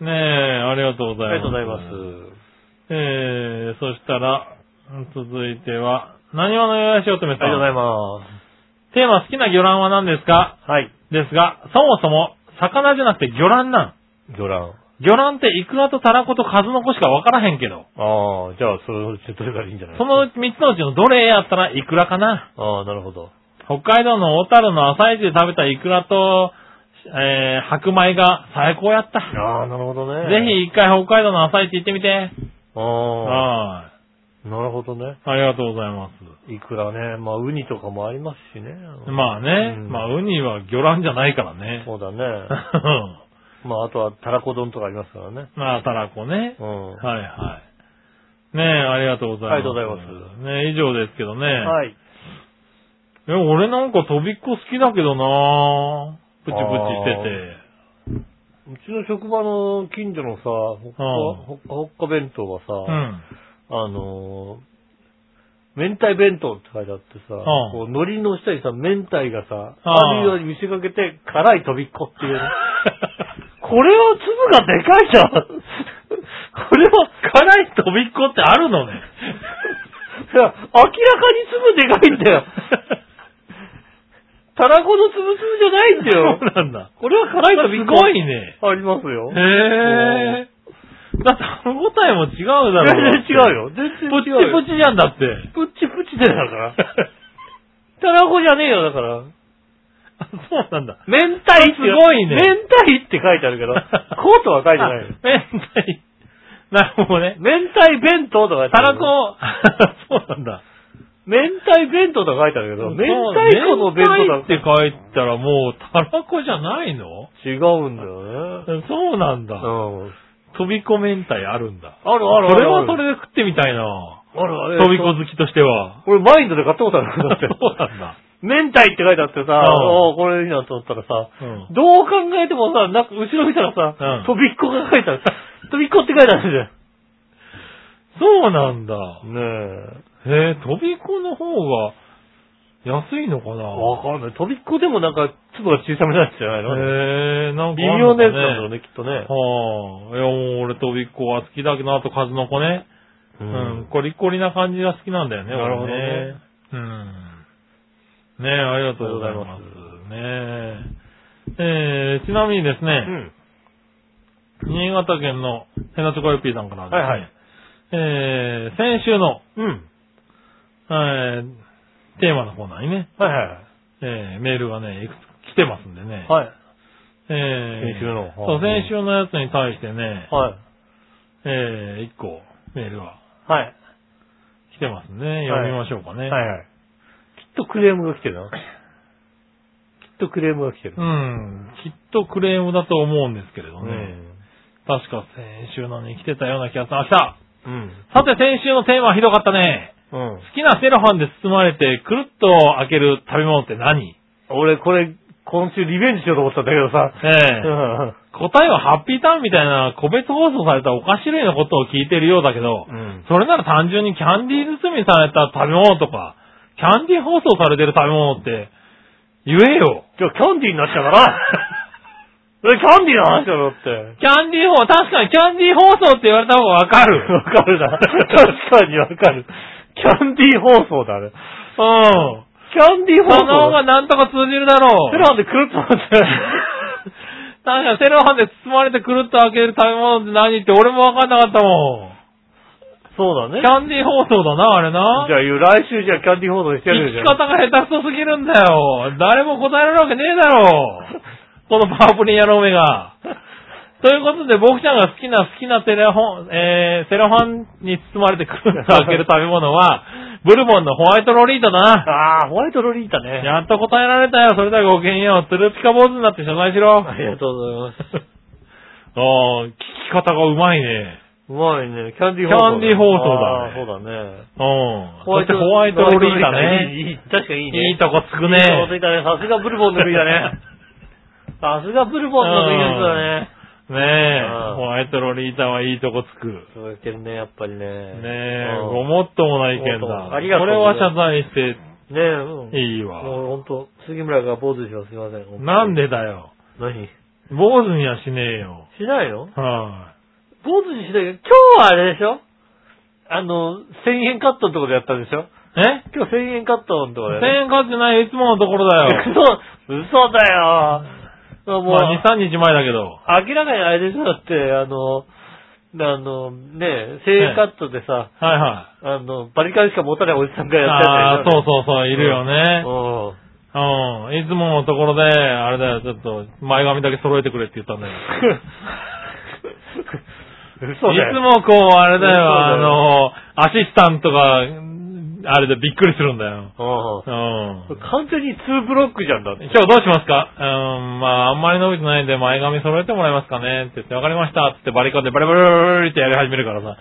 ねえ、ありがとうご
あ
ざ
りが
います。
とうございます。
えー、そしたら、うん続いては、何話のよやしおとめ
あり
さん。
がとうござい
ま
ます。
す。テーマ好きな魚卵は何ですか
はい。
ですが、そもそも、魚じゃなくて魚卵なん。
魚卵。
魚卵ってイクラとタラコと数の子しかわからへんけど、
ああ、じゃあ、それを手取ればいいんじゃない
その3つのうちのどれやったらイクラかな。
ああ、なるほど。
北海道の小樽の朝市で食べたイクラと、えー、白米が最高やった。
ああ、なるほどね。
ぜひ一回北海道の朝市行ってみて。
ああ、
は
なるほどね。
い。ありがとうございます。
いくらね、まあ、ウニとかもありますしね。
まあね、
うん
まあウニは魚卵じゃないからね。
そう だね。まあ、あとは、たらこ丼とかありますからね。
まあ、たらこね。
うん。
はいはい。ねえ、ありがとうございます。
ありがとうございます
ねえ、以上ですけどね。
はい。
え、俺なんか飛びっこ好きだけどなぁ。プチプチしてて。
うちの職場の近所のさ、ほっか
うん
ほっかほっか弁当はさ、
うん。
あのー、明太弁当って書いてあってさ、こう海苔の下にさ、明太がさ、
あー
あるように見せかけて、辛い飛びっこっていう ね。これは粒がでかいじゃんこれは
辛い飛びっこってあるのね。
いや、明らかに粒でかいんだよ。タラコのつぶつぶじゃないんだよ
そ。うなんだ。
これは辛いとびっ
す
くり
ごいね。
ありますよ。
へえ。だって歯応えも違うだろ
全然違う
よ。
よ。全然
プチ
違うよ。
プチじゃんだって。
プチプチでだから。たらこじゃねえよ、だから。
あ そうなんだ。
明太って。
すごいね
明太って書いてあるけ ど、コートは書いてない よ。
あ明太。なるほどね。
明太弁当とか書いて
た
あ
ら
る。
こ、 そうなんだ。
明太弁当とか書いてあるけど、明太子の弁
明
当
太っ
だ
て書いたらもう、たらこじゃないの
違うんだよね。
そうなんだ。
うん。
飛び子明太あるんだ。
あるあるある。
それはそれで食ってみたいな。
あるある。
飛び子好きとしては。
俺マインドで買ったことあるんだっ て。
そうなんだ。
明太って書いてあってさ、
ん
ああこれいいなと思ったらさ、
うん。
どう考えてもさ、なんか後ろ見たらさ、
うん
飛びっこが書い てある。飛びっこって書いてあるじゃん。
そうなんだ。
ね
へえ、飛び子の方が安いのか
え。
な
わかんない。飛びっこでもなんか粒が小さめなんじゃないの
へえ、なんか
微
あん
妙
の
な
かね、
やつなんだろうね、きっとね。
はあ。いや、もう俺飛びっ子は好きだけど、あと数の子ね。
う
うん、コリコリな感じが好きなんだよね、
なるほどね
俺ね。うん。ねえ、ありがとうござい
あ
ま
りがとうござい
す。ねえ。えー、ちなみにですね、
うん。
新潟県のヘナチョコヨッピーさんからですね、
はいはい
えー、先週の、
うん。
えー、テーマのコーナーにね、
はいはい。
えー、メールがね、いくつ来てますんでね。
はい。
えー、
先週の
そう、先週のやつに対してね、
はい。
えー、一個メールが
はい。
来てますね。読みましょうかね。
はいはい。きっとクレームが来てるな。きっとクレームが来てる
う。ん。きっとクレームだと思うんですけれどね。
うん
確か先週のに来てたような気がする。あ、来た
うん。
さて先週のテーマはひどかったね。
うん
好。きなセロハンで包まれてくるっと開ける食べ物って何
俺、これ、今週リベンジしようと思ったんだけどさ。
ええ答えはハッピーターンみたいな個別放送されたお菓子類のことを聞いてるようだけ
う、
ど
ん。
それなら単純にキャンディー包みされた食べ物とか、キャンディー放送されてる食べ物って言えよ。
じゃあ、キャンディーになっちゃう から。それ、キャンディーの話だろって。
キャンディー放、確かにキャンディー放送って言われた方がわかる。
わかるな。確かにわかる。キャンディー放送だね。
うん。
キャンディー放
その方
送
が
だ。
なんとか通じるだろう。
セロハンでくるっとなっ て。
確かにセロハンで包まれてくるっと開ける食べ物って何って俺もわかんなかったもん。
そうだ
キ
ね。
ャンディー放送だな、あれな。
じゃあ、来週じゃあキャンディー放送にしてやる
生
よ
き
じゃん。
方が下手くそすぎるんだよ。誰も答えられるわけねえだ ろう。このパープリン野郎めが。ということで、僕ちゃんが好きな、好きなテレホン、えー、セロハンに包まれてくるんと開ける食べ物 は、ブルボンのホワイトロリータだな。
ああ、ホワイトロリータね。
やっと答えられたよ。それではごきげんよう。トゥルピカ坊主になって謝罪しろ。
ありがとうございます。
ああ、聞き方がうまいね。
うまいね。キャンディー放送。
キャンディー放送だ
あーそうだね。
うん。そしてホワイトロリータね。
いいいい確かにいいね。
いいとこつく
いいとこつ
ね。
いたね。さすがブルボンの国だ ね。さすがブルボンの国ですよね。う
ね
ん
え。ホワイトロリータはいいとこつく。
そうやってるね、やっぱりね。
ねえ、
うん
ごもっともない意見
ごもっと
だ。
もありがとう
これ
ござ
はい
ます
謝罪して
ねえ、うん。
いいわ。
もうほんと、杉村が坊主にします。すいません。
なんでだよ。
何し
坊主にはしねえよ。
ないの
は
坊主にしないけど、今日はあれでしょあの、1000円カットのところでやったんでしょ
い。え
今日1000円カットのところで、
千円勝ってないいつものところ だよ。
嘘、嘘だよ。も
ま
う、
あ、2、3日前だけど。
明らかにあれでしょだって、あの、あの、ねえ、1000円カットでさ、
はいはい。
あの、バリカンしか持たないおじさんがや
あ
っ
あ、
てる
そうそうそう、いるよね。
そう。
うん。いつものところで、あれだよ、ちょっと、前髪だけ揃えてくれって言ったんだよ。
うん。
い
嘘だよ。
つもこう、あれだ
そうだ
よ、
よ
あの、アシスタントが、うんあれでびっくりするんだよ。う。
うん完全に2ブロックじゃんだって。
今日どうしますかうーん、まあ、あんまり伸びてないんで前髪揃えてもらえますかねって言って、わかりましたってってバリカンでバリバリバリバリってやり始めるからさ。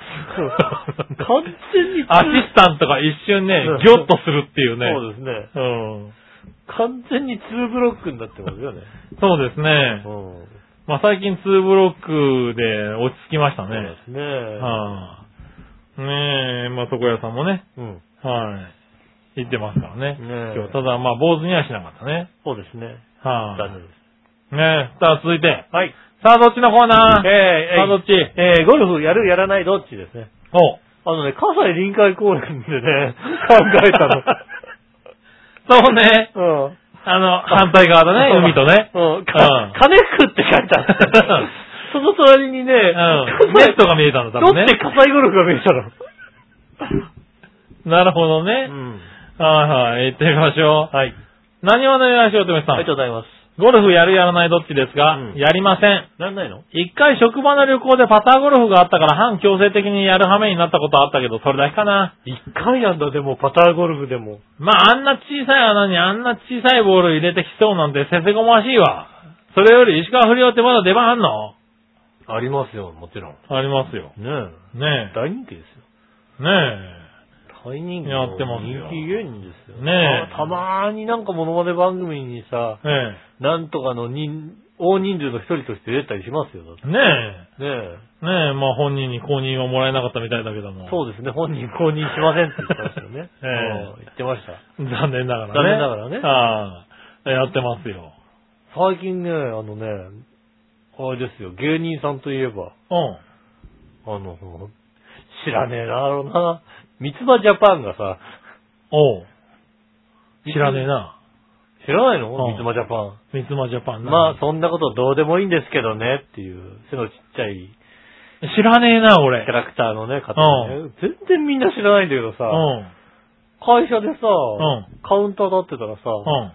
完全に
アシスタントが一瞬ね
うん、
ギョッとするっていうね。
そうですね。
うん。
完全に2ブロックになってますよね。
そうですね
う。ん。
まあ、最近2ブロックで落ち着きました
そう
ね。
ですね。
はい、ねえ、まあ、床屋さんもね、
うん。
はい、行ってますからね。
ねえ
今日ただ、まあ、坊主にはしなかったね。
そうですね。
はい、
残念です。
ねえ、さあ、続いて。
はい。
さあ、どっちのコーナー
え
さあ、どっち
ー、えー、ゴルフやるやらないどっちですね。
お
あのね、葛西臨 海公園でね、考えた
そうね。
の。うん。
あの、反対側だね、海とね。
うん。
うん
か、金服って書いてあって。 その隣にね、
うん。ネットが見えたんだ、多
ロ
分
ッ
ね。
テ火災ゴルフが見えたの。
なるほどね。
ん。
はいはい。行ってみましょう。
はい。
何話のようしおとめさ。
ありがとうんございます。
ゴルフやるやらないどっちですが、
うん
やりません。
なんないの
一回職場の旅行でパターゴルフがあったから反強制的にやる羽目になったことあったけど、それだけかな。
一回なんだ、でも、パターゴルフでも。
まあ、あんな小さい穴にあんな小さいボール入れてきそうなんてせせこましいわ。それより石川不良ってまだ出番あんの
ありますよ、もちろん。
ありますよ。
ね
ね
大人気ですよ。
え。ね
大人気。
やってますよ
人気芸人ですよ。
ねえ
あたまーになんかモノマネ番組にさ、
え。え
なんとかの人、大人数の一人として出たりしますよ。だって
え。ねえ。
ねえ。
ねえ、まあ本人に公認はもらえなかったみたいだけども。
そうですね、本人公認しませんって言ってましたよね
。ええ
うん言ってました。
残念ながらね。
残念ながらね
はいやってますよ。
最近ね、あのね、あれですよ、芸人さんといえば、
うん。
あの、知らねえな、あろうな、三つ葉ジャパンがさ、
おう。知らねえな。
知らないの
う
三
ん
つ葉ジャパン。
三つ葉ジャパンな。
まあ、そんなことどうでもいいんですけどねっていう、背のちっちゃい
知らねえな、
キ
俺
ャ。ラクターのね、方ね、全然みんな知らないんだけどさ、
うん。
会社でさ、
ん
カウンター立ってたらさ、
うん。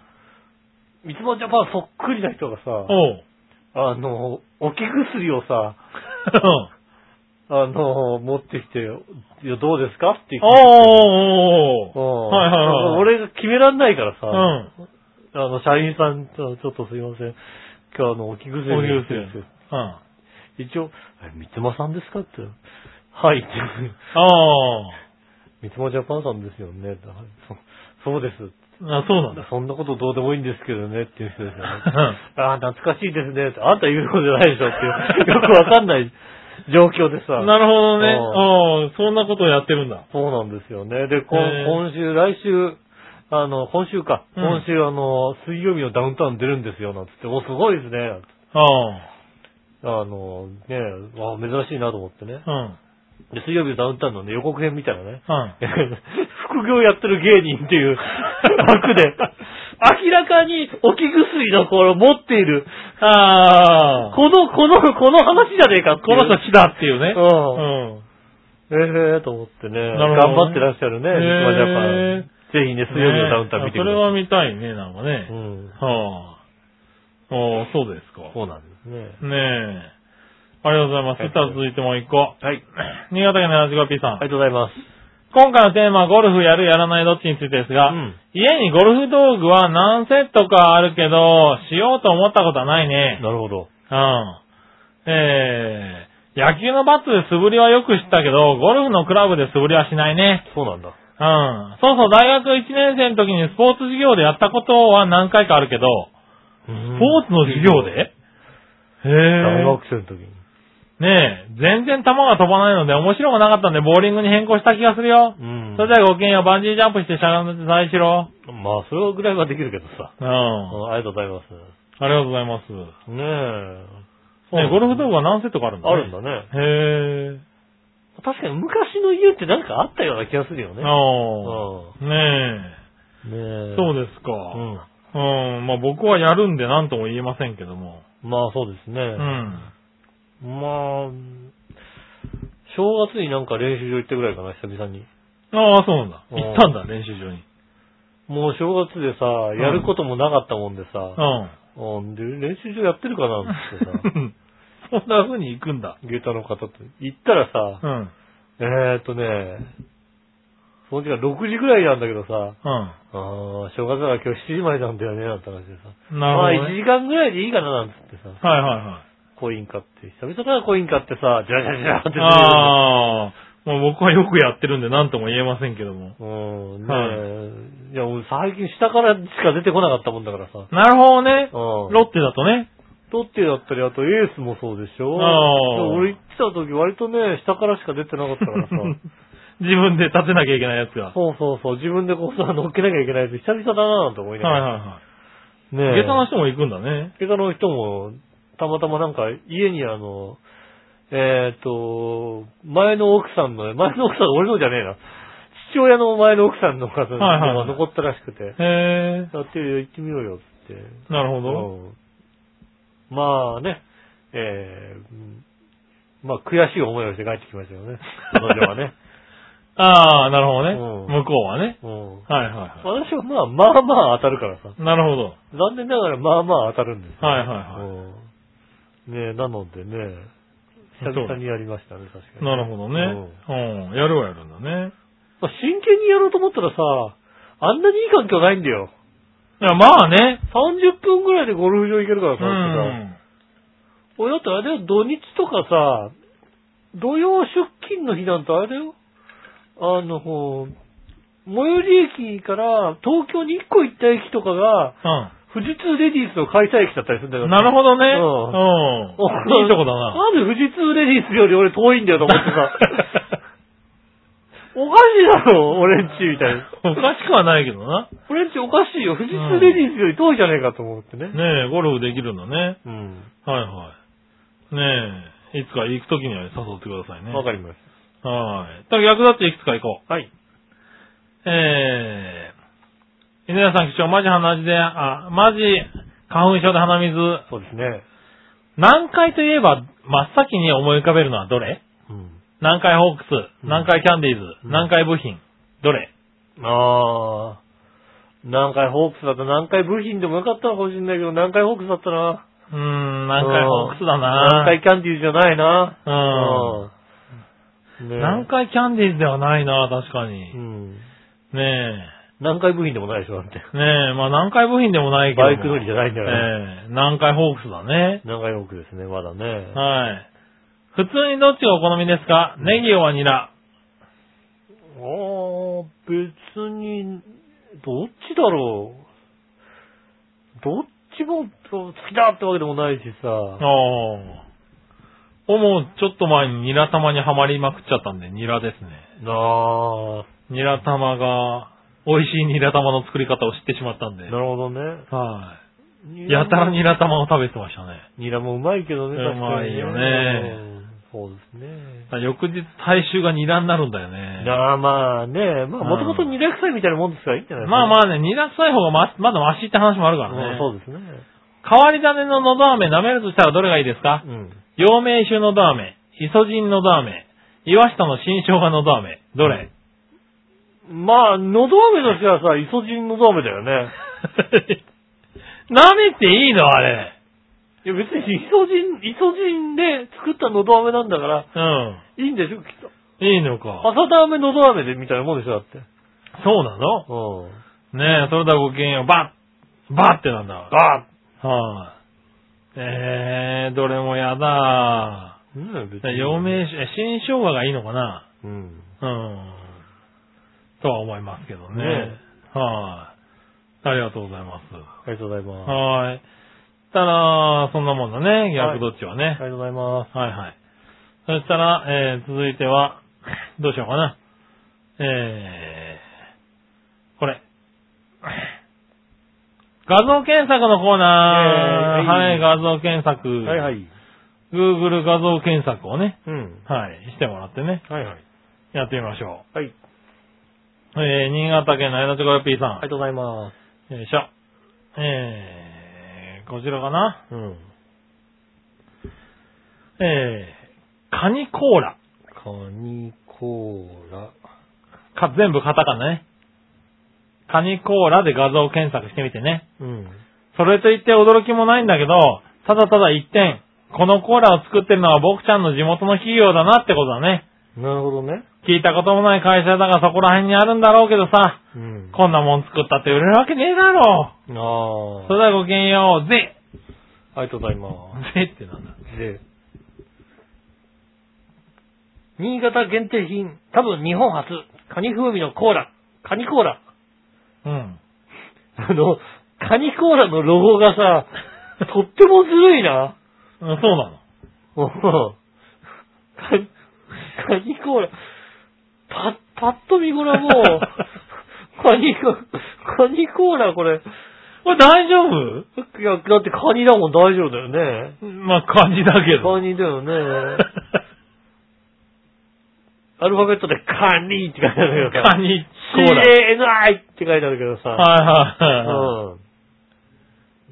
三つ葉ジャパンそっくりな人がさ、
おう。
あの、置き薬をさ、
うん
あの、持ってきて、いや、どうですかって言って。
おーおーお
う
ー
ん
おーはいはいはい。
俺が決めらんないからさ、
うん。
あの、社員さん、ちょちょっとすいません。今日あの、お気薬
お
で
牛す
すよ
る。うん。
一応、え三つ間さんですかって。はいって。
あ
三つ間ジャパンさんですよね。 ってはいそそうです。
ーあ。そうなんだ。
そんなことどうでもいいんですけどねっていう人ですよね
うん。
ああ、懐かしいですねって。あんた言うことじゃないでしょっていう。よ くわかんない状況でさ。
なるほどね。
うん
ああ、そんなことをやってるんだ。
そうなんですよね。で、こ
へー
今週、来週、あの、今週か。
うん
今週、あの、水曜日のダウンタウン出るんですよ、なんつって。お、すごいですね。なんつって
あ
あの、ねえ、あ珍しいなと思ってね。
あ。うん。
で、水曜日のダウンタウンのね、予告編見たらね。
うん。
副業やってる芸人っていう 枠で、明らかに置き薬のこの持っている、
ああ。
この、この、この話じゃねえかってい
こ
う
の人木だっていうね。
うん
うん。
ええと思ってね。
なるほど
頑
ね
張ってらっしゃるね、
へえ
三島ジャパン。ぜひね、水曜日のダウンタウン見てくだ
ね
さい。
あそれは見たいね、なんか
う
ね。
ん。
はあ。ああ、そうですか。
そうなんですね。
ねえ。ありがとうございます。
はい
さあ、続いてもう一個。
はい。
新潟県の 75P さん。
ありがとうございます。
今回のテーマはゴルフやるやらないどっちについてですが、
うん
家にゴルフ道具は何セットかあるけど、しようと思ったことはないね。
なるほど。
うん。えー、野球のバットで素振りはよく知ったけど、ゴルフのクラブで素振りはしないね。
そうなんだ。
うん。そうそう、大学1年生の時にスポーツ授業でやったことは何回かあるけど、
スポ
スポーツの授業でへ
大
ー
学生の時に。
ねえ、全然球が飛ばないので面白くなかったんで、ボーリングに変更した気がするよ。
うん
それではごきげんよう、バンジージャンプしてしゃがんで再しろ。
まあ、それぐらいはできるけどさ。
うん。
うんありがとうございます。
ありがとうございます。
ねえ。
ね、ゴルフ道具
が
は何セットかあるんだ、ね、
あるんだね。
へ
確かに昔の家ってなんかあったような気がするよ
ぇ
ね。
ー。ああ。ね
ね
え。
え。
そう
う
ですか。
ん。
うん。まあ僕はやるんで何とも言えませんけども。
まあ、そうですね。
うん。
まあ、正月になんか練習場行ったぐらいかな、久々に。
ああ、そうなんだ。
うん
行ったんだ、練習場に。
もう正月でさ、
ん
やることもなかったもんで
う
さ、
ん。
うん、で練習場やってるかなってさ、
そんな風に行くんだ。
ゲーターの方と行ったらさ、
うん。うん。
えーっとね、その時は6時ぐらいなんだけどさ、あー正月だから今日7時までなんだよね、なんて話でさ。ま
な
あ
るほど、
1
ね。
時間ぐらいでいいかな、なんつってさ、
はい はいはい。
コイン買って、久々だからコイン買ってさ、じゃじゃじゃって出てくる
ああ、まあ僕はよくやってるんで何とも言えませんけども。
うん、ね
は
え。いや、俺最近下からしか出てこなかったもんだからさ。
なるほどね。
うん。
ロッテだとね。
ロッテだったり、あとエースもそうでしょ。
ああ
で俺行ってた時割とね、下からしか出てなかった からさ。
自分で立てなきゃいけないやつが。は
そうそうそう、自分でこうさ、乗っけなきゃいけないと久々だなぁと思い
い
なが
はい
ら。
は
ね
い。
え。
下駄の人も行くんだね。
下駄の人も、たまたまなんか家にあの、えっ、と、前の奥さんの、前の奥さんが俺のじゃねえな。父親のお前の奥さんの方の
はいはいはい
が残ったらしくて、
へ
やってるよ、行ってみようよって。
え。なるほど。
うんまあね、えー、まあ悔しい思いをして帰ってきましたよね、彼女は ね。
ああ、なるほどね。
うん
向こうはね。
うん
はいはいは
私はまあまあまあ当たるからさ。
い。なるほど。
残念ながらまあまあ当たるんですよ
はいはいはい
うんねえなのでね、久々にやりましたね、確かに。
なるほどね。うん。やるはやるんだね。
まあ真剣にやろうと思ったらさ、あんなにいい環境ないんだよ。
いや、まあね。
30分ぐらいでゴルフ場行けるから
う
さ、ってさ
ん。
俺だってあれだよ、土日とかさ、土曜出勤の日なんてあれだよ。あの、こう最寄り駅から東京に1個行った駅とかが、富士通レディースの開催駅だったりするんだ
う
よ。
ん。なるほどね。
う
うん。 いいとこだな。
なんで富士通レディースより俺遠いんだよと思ってさ。 おかしいだろ、俺んちみた いな。
おかしくはないけどな。
俺んちおかしいよ。富士通レディースより遠いじゃねえかと思ってね。
ねえ、ゴルフできるんだね。
うん。
はいはい。ねえ、いつか行くときには誘ってくださいね。
わかりまし
はい。ただ逆だっていくつか行こう。
た。はい。
えー、稲田さん貴重、マジ鼻血で、あ、マジ花粉症で鼻水。
そうですね。
南海といえば真っ先に思い浮かべるのはどれ
うん。
南海ホークス、
うん
南海キャンディーズ、
うん
南海部品、どれ
あー。南海ホークスだと南海部品でもよかったのかもしれないけど、南海ホークスだったな。
うーん、南海ホークスだな
南海キャンディーズじゃないな。
う
う
ん。
ん。ねえ
南海キャンディーズではないな確か
う
に。
ん。
ね
南海部品でもないでしょ、だって。
え。ねえ、まあ南海部品でもないけど
バ
も。
イク乗りじゃないんだから。
ええ南海ホークスだ ね。
南海ホークスですね、まだね。
はい。普通にどっちがお好みですかネギはニラ。
ああ、別に、どっちだろう。どっちもそう好きだってわけでもないし
あ
さ。
あ。おもちょっと前にニラ玉にはまりまくっちゃったんで、ニラですね。
あ
ニラ玉が、美味しいニラ玉の作り方を知ってしまったんで。
あ、
は
なるほどね。
い。やたらニ
ラ。
ラ玉を食べてましたね。
ニラもうまいけどね、
うまいよ
確
ね
かにね。うんそうですね
だ。から翌日体臭がニラになるんだよね。
ああまあね、まあ
うん
もともとニラ臭いみたいなもんですからいいんじゃない
まあまあね、ニラ臭い方がままだマシって話もあるか
あ
らね。
そうですね。
変わり種ののど飴舐めるとしたらどれがいいですか
うん。
陽明酒のど飴、イソジンのど飴、岩下の新生姜のど飴、どれ、
まあ、のど飴としてはさ、イソジンのど飴だよね。
舐めていいのあれ。
いや別にイソジン、イソジンで作ったのど飴なんだから、いいんでしょ、きっと。
うん。いいのか。
朝ダメ、のど飴でみたいなもんでしょ、だって。
そうなの
うん。
ねえ、それではごきげんよう。ばっばってなんだ。はい、
あ
えー、どれもやだ。
うん、別
陽明酒、え新生姜がいいのかな
うん。
うん。とは思いますけどね。
ね
はい、あ。りがとうございます。
ありがとうございます。
はい。たら、そんなもんだね。
はい
逆どっちはね
あり。がとうございます。
はいはい。そしたら、えー、続いては、どうしようかな。えー、これ。画像検索のコーナー。は
イェー
い、
イ
画像検索。
はいはい。
Google 画像検索をね、
うん。
はい、してもらってね、
はいはい。
やってみましょ
はい。
う。えー、新潟県の江ノ島 P さん。
ありがとうございます。
よいしょ。えー、こちらかな。
うん。
えー、カニコーラ。
カニコーラ。
か、全部カタカナね。カニコーラで画像検索してみてね。
うん。
それと言って驚きもないんだけど、ただただ一点、このコーラを作ってるのは僕ちゃんの地元の企業だなってことだね。
なるほどね。
聞いたこともない会社だがそこら辺にあるんだろうけどさ、
うん
こんなもん作ったって売れるわけねえだろ
あ
う。
あ
それ。ではごきげんよう、ぜ
ありがとうございま
ぜってなんだ。
す。で、新潟限定品、多分日本初、カニ風味のコーラ。カニコーラ。
うん。
あの、カニコーラのロゴがさ、とってもずるいな。
うんそうなの。
うんカニカニコーラ。た、ぱっと見これはもう、カニコ、カニコーラこれ。
これ大丈夫
いや、だってカニだもん大丈夫だよね。
まあ、カニだけ
カ
ど。
ニだよね。 アルファベットでカニって書いてあるけど
カ
さ、
ニ、コーラ。
CANI って書いてあるけどさ、
はいはいは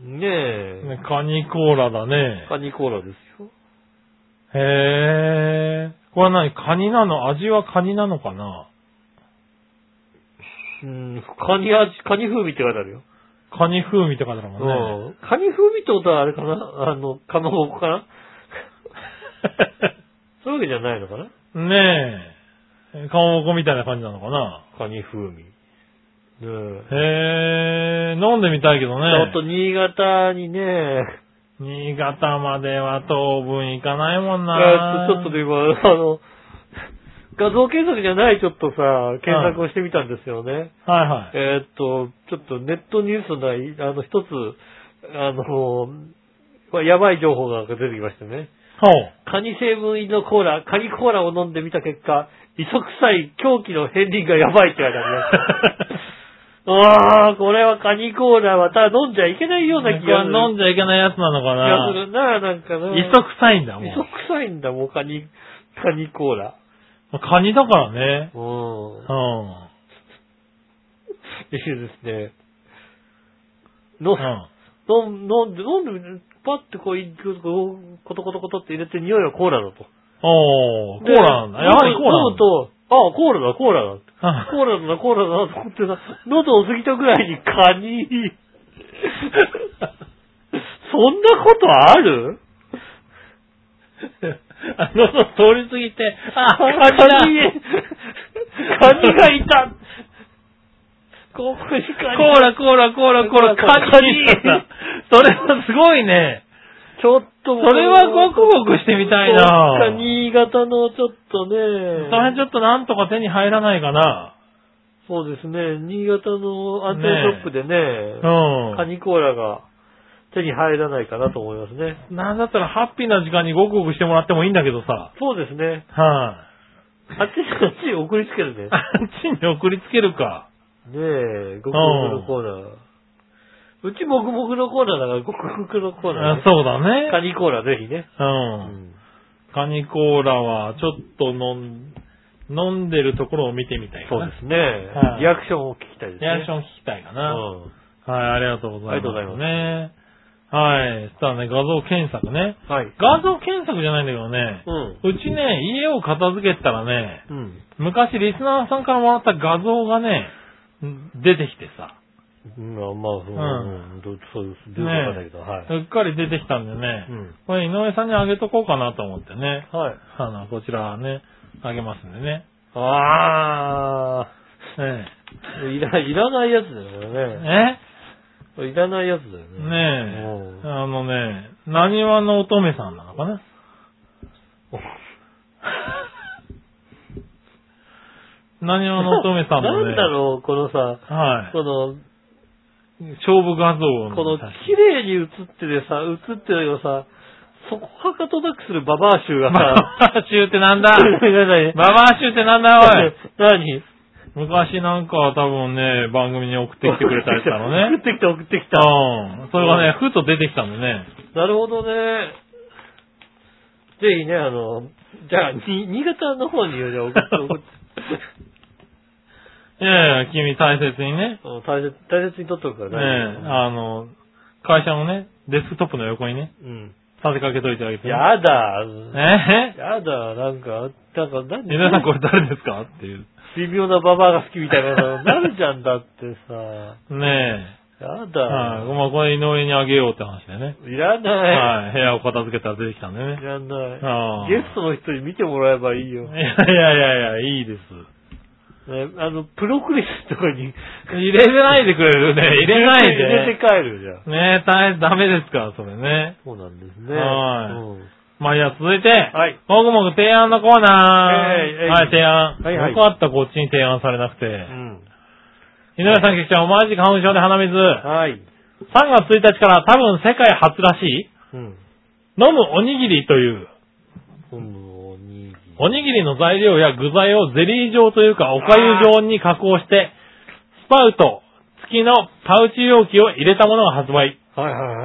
うん。ね
い。
え、
ねカニコーラだね。
カニコーラですよ。
へえ。これは何カニなの味はカニなのかな
うん、カニ味、カニ風味って書いてあるよ。
カニ風味って書いてあるもん
う
ね。
ん。カニ風味ってことはあれかなあの、かまぼこか なそういうわけじゃないのかな
ねえ。かまぼこみたいな感じなのかな
カニ風味。ねえ。
へえ。飲んでみたいけどね。
ちょっと新潟にね、
新潟までは当分行かないもん
い
な
や。ちょっとで今、あの、画像検索じゃないちょっとさ、検索をしてみたんですよね。
はいはい。
えーっと、ちょっとネットニュースない、あの、一つ、あの、まあやばい情報が出てきましてね。
ほ
カニ成分入りのコーラ、カニコーラを飲んでみた結果、磯臭い狂気の片鱗がやばいって書いてあるね。 ああ、これはカニコーラはただ飲んじゃいけないよう
う。
な気
これ
が
は
する。
飲んじゃいけないやつなのか
気がす
な
るな、なんかな。
磯臭いんだもん。
磯臭いんだもん、カニ、カニコーラ。
カニだからね。
うん
う。ん。
いいですね。の、
うん。
飲ん飲んで、飲んで、パッてこう、いくこうコトコトコトって入れて匂いはコーラだと。
おー、コー
で
ラなんだ。やはりコーラ
飲むと、ああ、コーラだ、コーラだ。
なんだ。
コーラだな、コーラだなと思ってさ、喉を過ぎたぐらいにカニ。 そんなことある
あの、通り過ぎて、あ、カニだ
カニカニがい たここにカニ
コーラ、コーラ、コーラ、コーラ、カ ニだったそれはすごいね。
ちょっともう
それはごくごくしてみたいな
そうか新潟のちょっとね。
その辺ちょっとなんとか手に入らないかな。
そうですね。新潟のアンテナショップでね、カ
う
ニコーラが手に入らないかなと思いますね。
ん。なんだったらハッピーな時間にごくごくしてもらってもいいんだけどさ。
そうですね。
は
あっちに、あっちに送りつけるね
い、。 あっちに送りつけるか。
ねえ、ごくごくのコーナー。うちもぐもぐのコーナーだから、ごくごくのコーナー、
あ
ね。
そうだね。
カニコーラぜひね。
うん。
うん
カニコーラはちょっと飲ん飲んでるところを見てみたいか
そう
な。
ですね、
はい
リアクションを聞きたいですね。
リアクショ
ン。
ン聞きたいかな。はい、ありがとうござ
あり
います、ね。
がとうございます
ね。はい。さあね、画像検索ね。
うん。はい。
画像検索じゃないんだけどね。
うん。
うちね、家を片付けてたらね、
うん。
昔リスナーさんからもらった画像がね、出てきてさ、
まあ、まあ、うん。うん、どそうです。どういうことかわかんないけど、は
う
い。
っかり出てきたんでね、
うん。
これ井上さんにあげとこうかなと思ってね、
はい。
あの、こちらね、あげますん でね。
あ
ね
あ、いら、いらないやつだ
え
よね。
え
いらないやつだよ
ねえ
ね。。
あのね、何話の乙女さんなのかな何話の乙女さんの
な
ね。
んだろう、このさ、
はい。
この、
勝負画像 の。
この綺麗に映っててさ、映ってるよさ、そこはかとなくするババア臭が
バ
さ、
バアシューってなん だ
何
ババアシューってなんだ
何
おい昔なんか多分ね、番組に送ってきてくれたやつだろう
送っ
ね。
てきた、送ってきた。
うん。それがね、ふと出てきたんでね。
なるほどね。ぜひね、あの、じゃあ、に新潟の方にじゃあ送 って、送って。
いやいや、君大切にね。
うん大切、大切に撮っとくか
ね
ら
え、あの、会社のね、デスクトップの横にね、
うん。
立てかけといてあげてね。
やだ。
え
やだ、なんか、なんか、なん
え皆さんこれ誰ですかっていう。
微妙なババアが好きみたいな のになるじゃんだってさ。や
ねえ。はい。
だ。
まあ、これ井上にあげようって話でね。
いらない。
はい。部屋を片付けたら出てきたんで
い
ね。
らない。
ああ。
ゲストの人に見てもらえばいいよ。
い
ね、
やいやいやいや、いいです。
あの、プロクリスとかに。
入れないでくれるね。入れないで。
入れて帰るじゃん。
ねえ、大変ダメですから、それね。
そうなんですね。
はい
うん
まあ、いいや、続いて。
はい。
もぐもぐ提案のコーナー。
えいえいえい
はい、提案。
はいはい
よかった、こっちに提案されなくて。
うん。
井上さん、菊ちゃん、マジ花粉症で鼻水。3
はい。
月1日から多分世界初らしい、
うん。
飲むおにぎりという、
今度おにぎり。
おにぎりの材料や具材をゼリー状というかおかゆ状に加工して、スパウト付きのパウチ容器を入れたものが発売。
はいはいはいはい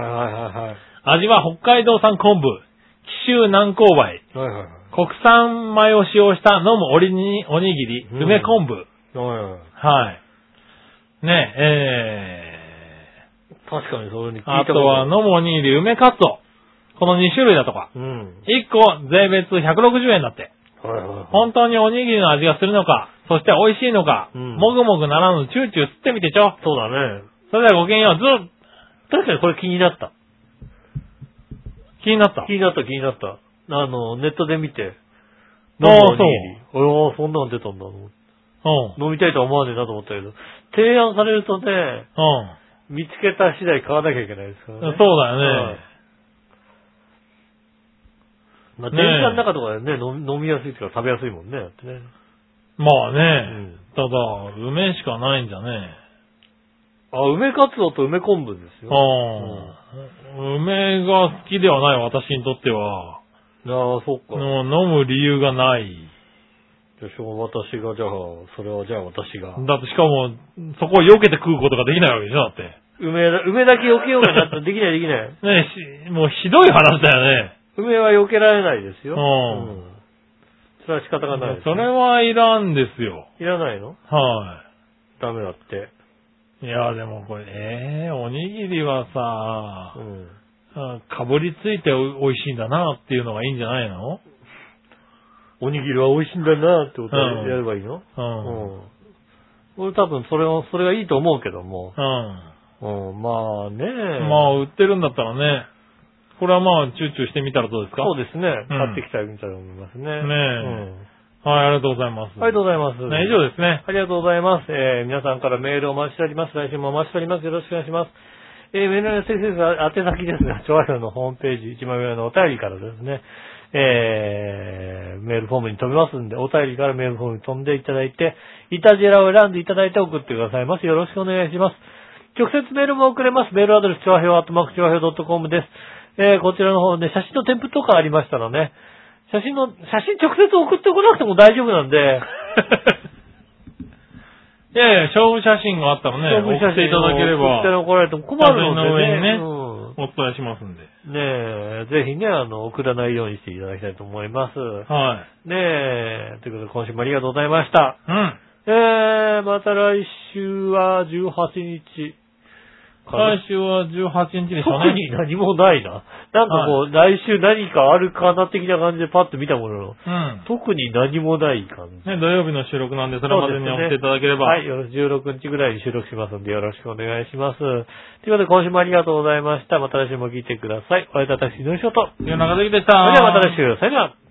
はい
味は北海道産昆布、紀州南高梅、
はい。はいはいはい。
国産米を使用した飲むおりに、おにぎり、
うん
梅昆布。
うん。
はい。ねえ、
確かにそういうふうに聞
え
いたこ
ー、あ
と
とは飲
の、
むおにぎり、梅カツオ。この2種類だとか。
うん。
1個税別160円だって。
はいはいはい。
本当におにぎりの味がするのか、そして美味しいのか、
うん
もぐもぐならぬチューチュー吸ってみてちょ。
そうだね。
それではごきげんよう、ずっ
確かにこれ気になった。
と気になった
気。になった気になった。あの、ネットで見て。
ああ
飲むおにぎり。おーそんなの出たんだと思って
うん。
飲みたいとは思わねえなと思ったけど、提案されるとね、見つけた次第買わなきゃいけないですから
うん。
ね。
そうだよ
はい
ね。
まあ、
ね
電
え
車の中とかでね、飲み飲みやすいっていうか食べやすいもんね、だってね。
まあ
う
ね、
ん。
ただ、梅しかないんじゃね
あ、梅カツオと梅昆布です
え。
よ。
うん。梅が好きではない私にとっては、
ああ、そっか。
もう飲む理由がない。
じゃあ、しょう私が、じゃあ、それはじゃあ私が。
だってしかも、そこを避けて食うことができないわけでしょ、だって。
梅だ、梅だけ避けようかなってできないできない。
ねえし、もうひどい話だよね。
梅は避けられないですよ。
うん
んそれは仕方がないです、
それ
は
はいらんですよ。
いらないの
はい。
ダメだって。
いや、でもこれ、ええおにぎりはさ
う、ん。
あかぶりついてお美味しいんだなっていうのがいいんじゃないの
おにぎりは美味しいんだなってことを
うん
やればいいの、
う。
うん
うん。
ん。俺多分それを、それがいいと思うけども。うん、まあね。
まあ、売ってるんだったらね、これはまあ、チューチューしてみたらどうですか
そうですね。
うん
買ってきたみたいと思いますね。ねえ
はい、ありがとうございます。
ありがとう
う
ございます。
ね、以上ですね。
ありがとうございます。えー皆さんからメールをお待ちしております。来週もお待ちしております。よろしくお願いします。えーメールの先生は宛先です が、調和表のホームページ、一枚上のお便りからですね、えーメールフォームに飛びますんで、お便りからメールフォームに飛んでいただいて、イタジェラを選んでいただいて送ってくださいます。よろしくお願いします。直接メールも送れます。メールアドレス、調和表、アットマーク、調和表 .com です。えーこちらの方ね、写真の添付とかありましたらね、写真の、写真直接送ってこなくても大丈夫なんで、
いやいや、勝負写真があったらね、送っていただけれ
送って
ば、
怒られても困るのでね。
画面お伝えしますんで。
うんねえ、ぜひね、あの、送らないようにしていただきたいと思います。
はい。
ねえ、ということで今週もありがとうございました。
うん。
えー、また来週は18日から。
来週は18日でしょう
特
ね。
に何もないな。なんかこう、来週何かあるかな的な感じでパッと見たものの、
うん。
特に何もない感じ。
ね、土曜日の収録なんで、それまでに送っていただければ。
はい、よろし16日ぐらいに収録しますのでよろしくお願いします。ということで今週もありがとうございました。また来週も聞いてください。お会いいたい私、井上翔と。
夜中できでした。
それではまた来週。さよなら。